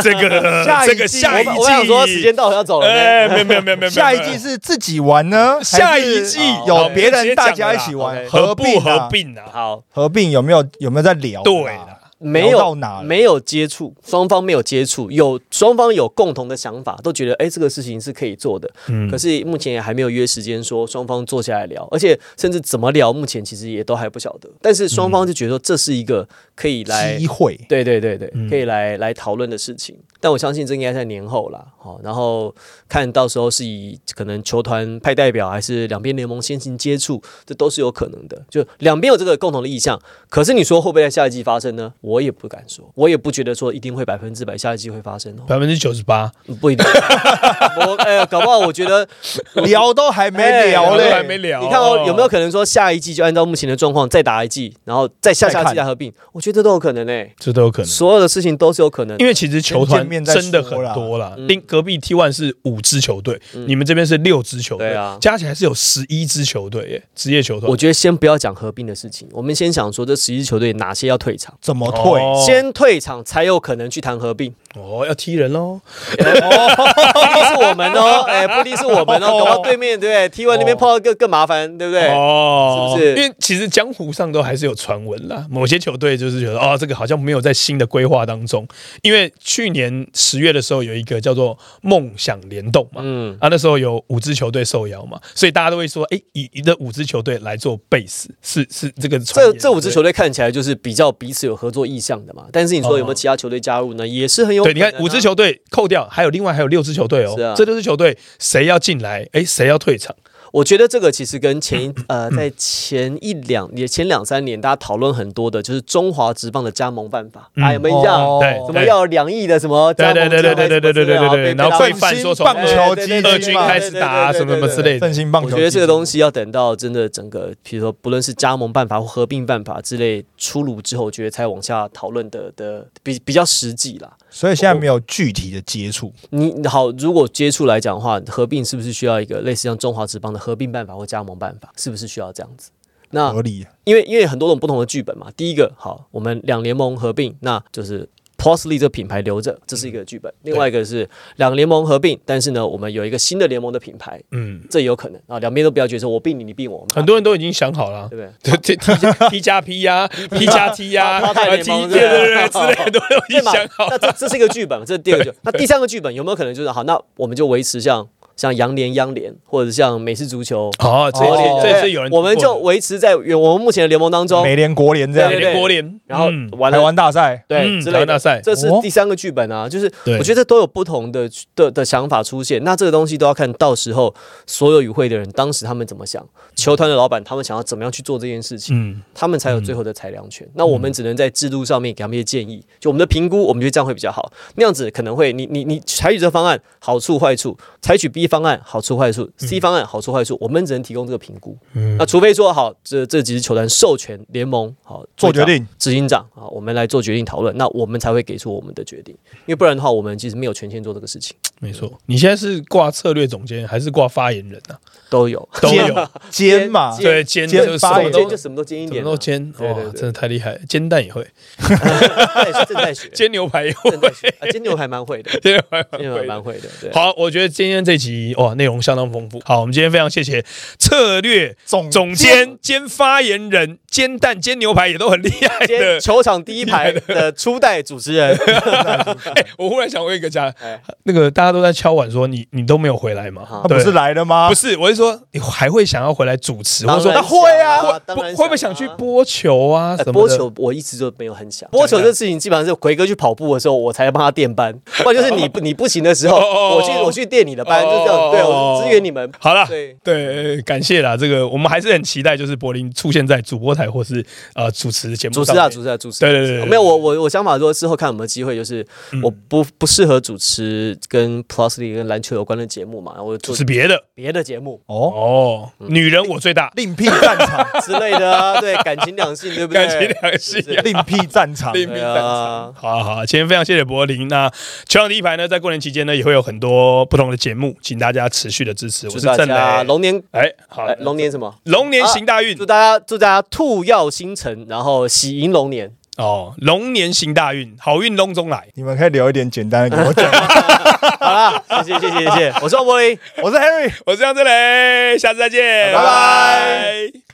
S2: 这 个
S3: 下一季
S2: 这个下一季，
S1: 我我想说，时间到了要走了。
S2: 哎，没有没有没有没有，没有
S3: 下一季是自己玩呢，
S2: 下一季
S3: 还是
S1: 好
S3: 有别人大家一起
S1: 我
S3: 玩，
S1: 们
S2: 合不
S3: 并啊
S2: 合并啊？
S1: 好，
S3: 合并有没有有没有在聊啊？
S2: 对啦
S1: 没
S3: 聊到
S1: 有
S3: 哪了
S1: 没有接触，双方没有接触，有双方有共同的想法，都觉得哎、诶这个事情是可以做的。
S2: 嗯
S1: 可是目前也还没有约时间说双方坐下来聊，而且甚至怎么聊，目前其实也都还不晓得。但是双
S3: 嗯
S1: 方就觉得这是一个可以来。
S3: 机 会。
S1: 对对对对，可以来来讨论的事情，但我相信这应该在年后啦，好、然后看到时候是以可能球团派代表，还是两边联盟先行接触，这都是有可能的。就两边有这个共同的意向，可是你说会不会在下一季发生呢？我也不敢说，我也不觉得说一定会百分之百下一季会发生哦，
S2: 百分之九十八，
S1: 不 一定。我哎、搞不好我觉得
S3: 聊都还没
S1: 哎
S3: 聊
S1: 聊
S3: 嘞，
S1: 对都
S2: 还没聊，
S1: 你看哦，有没有可能说下一季就按照目前的状况再打一季，然后再下下季再合并？我觉得这都有可能诶、
S2: 这都有可能？
S1: 所有的事情都是有可能。
S2: 因为其实球
S3: 先见
S2: 团
S3: 面再
S2: 真的很
S3: 说啦
S2: 多啦，
S1: 嗯
S2: 另隔壁 T one 是五支球队，你们这边是六支球队，
S1: 对啊
S2: 加起来是有十一支球队耶，职业球团。
S1: 我觉得先不要讲合并的事情，我们先想说这十一支球队哪些要退场，
S3: 怎么退？
S2: 哦
S1: 先退场才有可能去谈合并。
S2: 哦，要踢人喽，
S1: 不一定是我们 哦，哎，不一定是我们哦，搞到对面对不对？T one 那边碰到更更麻烦，对不对？
S2: 哦，
S1: 是不是
S2: 因为其实江湖上都还是有传闻啦，某些球队就是觉得哦，这个好像没有在新的规划当中，因为去年十月的时候有一个叫做梦想联动嘛，
S1: 嗯，
S2: 啊，那时候有五支球队受邀嘛，所以大家都会说，哎、以以这五支球队来做 base 是是这个传
S1: 这
S2: 言
S1: 这五支
S2: 对
S1: 球队看起来就是比较彼此有合作意向的嘛，但是你说有没有其他球队加入呢？也是很有
S2: 对，你看
S1: 可能啊
S2: 五支球队扣掉，还有另外还有六支球队哦
S1: 是啊，
S2: 这六支球队谁要进来，哎，谁要退场？
S1: 我觉得这个其实跟前一 呃，在前一两也前两三年大家讨论很多的，就是中华职棒的加盟办法，
S2: 嗯
S1: 大家有没有印象？
S3: 哦
S2: 对
S1: 什么
S2: 对
S1: 要有两亿的什么加盟啊
S2: 对对对对对对对对对对然后
S1: 被
S2: 会
S1: 被
S3: 振
S2: 犯说
S3: 兴
S2: 什么
S3: 棒球
S1: 对
S3: 基
S1: 对对
S2: 二
S1: 对
S3: 金
S1: 对
S2: 军
S3: 嘛
S2: 开始打
S1: 对对
S2: 什么什么之类的，
S3: 振兴棒球
S1: 我
S3: 基
S1: 觉
S3: 金，
S1: 得这个东西要等到真的整个，比如说不论是加盟办法或合并办法之类出炉之后，我觉得才往下讨论的的比比较实际啦。
S3: 所以现在没有具体的接触，
S1: 你好，如果接触来讲的话，合并是不是需要一个类似像中华职棒的合并办法或加盟办法？是不是需要这样子？那
S3: 合理。
S1: 因为因为很多种不同的剧本嘛。第一个，好，我们两联盟合并，那就是 Prosley 这个品牌留着，这是一个剧
S2: 嗯
S1: 本；另外一个是两联盟合并，但是呢，我们有一个新的联盟的品牌，
S2: 嗯，
S1: 这也有可能啊。两边都不要觉得说我并你，你并我，
S2: 很多人都已经想好了
S1: 对。不对？
S2: 对对 T 加 T 加 P 呀，P 加 T 呀
S1: 淘汰
S2: 呃
S1: 联
S2: ，T
S1: 盟
S2: 对对
S1: 对
S2: 对
S1: 吧
S2: 之类的都已
S1: 对
S2: 经
S1: 嘛
S2: 想好。
S1: 那这这是一个剧本，这是第二个剧本。那第三个剧本有没有可能就是好？那我们就维持像像洋联、央联，或者像美式足球。
S2: 哦，这
S1: 国联
S2: 这
S1: 对
S2: 这是有人
S1: 我们
S2: 提过
S1: 就
S2: 的
S1: 维持在原我们目前的联盟当中，
S3: 美联、国联这样
S1: 对，
S2: 美联国联，
S1: 然后
S2: 嗯
S1: 完
S3: 台
S1: 了
S3: 湾大赛
S1: 对
S2: 嗯
S1: 之
S2: 台
S1: 类
S2: 湾
S1: 的
S2: 大赛
S1: 这是
S3: 哦
S1: 第三个剧本啊，就是
S2: 对
S1: 我觉得都有不同的的的想法出现。那这个东西都要看到时候所有与会的人当时他们怎么想，球团的老板他们想要怎么样去做这件事情，
S2: 嗯，
S1: 他们才有最后的裁量权。那我们只能在制度上面给他们一些建议，就我们的评估，我们觉得这样会比较好。那样子可能会你你你采取这方案好处坏处，采取 B 方案好处坏处，C 方案好处坏处，我们只能提供这个评估。那除非说好，这这几支球团授权联盟好
S3: 做决
S1: 定。
S3: 定，
S1: 执行长啊，我们来做决定讨论，那我们才会给出我们的决定，因为不然的话，我们其实没有权限做这个事情，
S2: 没错。你现在是挂策略总监还是挂发言人啊？
S1: 都有。
S2: 都
S1: 啊
S2: 有，
S3: 尖嘛，
S1: 尖
S2: 对，兼
S3: 兼
S2: 就是什
S3: 发
S2: 么
S3: 言
S2: 都
S1: 就什么都兼一
S2: 什
S1: 点
S2: 啊么
S1: 啊，
S2: 都 兼，
S1: 对
S2: 哇
S1: 对，
S2: 真的
S1: 对，
S2: 太厉害了！煎蛋也 会，
S1: 哎正在学，
S2: 煎牛排也会，
S1: 正在学，啊，煎牛排蛮会的，
S2: 煎牛排
S1: 煎
S2: 也
S1: 牛排
S2: 会。
S1: 蛮会的，对。
S2: 好，我觉得今天这集哇，内容相当丰富。好，我们今天非常谢谢策略
S3: 总
S2: 总
S1: 嗯
S2: 监兼发言人、煎蛋、煎牛排也都很厉害
S1: 今天
S2: 的。
S1: 球场第一排的初代主持 人，
S2: 哎、我忽然想问一个家，
S1: 哎
S2: 那个大家都在敲碗说你你都没有回来嘛
S1: 啊？
S3: 他不
S2: 对
S3: 是来了吗
S2: 不？是，我是说你还会想要回来主持，或者
S1: 当
S2: 说
S1: 然
S2: 那
S3: 他会啊
S1: 想
S2: 会
S1: 当
S2: 不
S1: 然
S2: 会不会想
S1: 啊
S2: 去播球啊
S1: 呃
S2: 什么的？
S1: 播球我一直就没有很想，播球这事情基本上是奎哥去跑步的时候，我才帮他垫 班，不然就是你不你不行的时候，
S2: 哦哦哦
S1: 我去我去垫你的班，就这样，对我支援你们。
S2: 好啦，
S1: 对
S2: 对，感谢啦，这个我们还是很期待，就是柏林出现在主播台或是呃主持节目
S1: 主
S2: 上
S1: 持
S2: 面。
S1: 啊，主持啊，主持。
S2: 对对对对对嗯
S1: 没有我我我想法说，之后看有没有机会，就是我不不适合主持跟 Plusly 跟篮球有关的节目嘛，我
S2: 主
S1: 做
S2: 持别的
S1: 别的节目
S3: 哦，
S2: 哦，
S1: 嗯
S2: 女人我最大，
S3: 另辟战场，
S1: 之类的啊，对，感情两性，对不对？
S2: 感情良
S1: 是
S2: 性
S1: 不是
S3: 另辟战场，
S2: 另辟
S1: 对
S2: 战场。
S1: 啊，
S2: 好好，好今天非常谢谢柏林。那球场第一排呢，在过年期间呢，也会有很多不同的节目，请大家持续的支持。我
S1: 祝
S2: 是
S1: 大
S2: 郑
S1: 家
S2: 雷，
S1: 啊龙年
S2: 哎，好
S1: 哎，龙啊年什么？
S2: 龙年行大运
S1: 祝大家祝大家兔耀星辰，然后喜迎龙年。
S2: 哦，龙年行大运，好运隆中来。
S3: 你们可以留一点简单的给我 讲。
S1: 好啦，谢谢谢谢谢谢，我是王柏林。
S3: 我是 Harry。
S2: 我是张志磊，下次再见，
S1: 拜拜
S2: 拜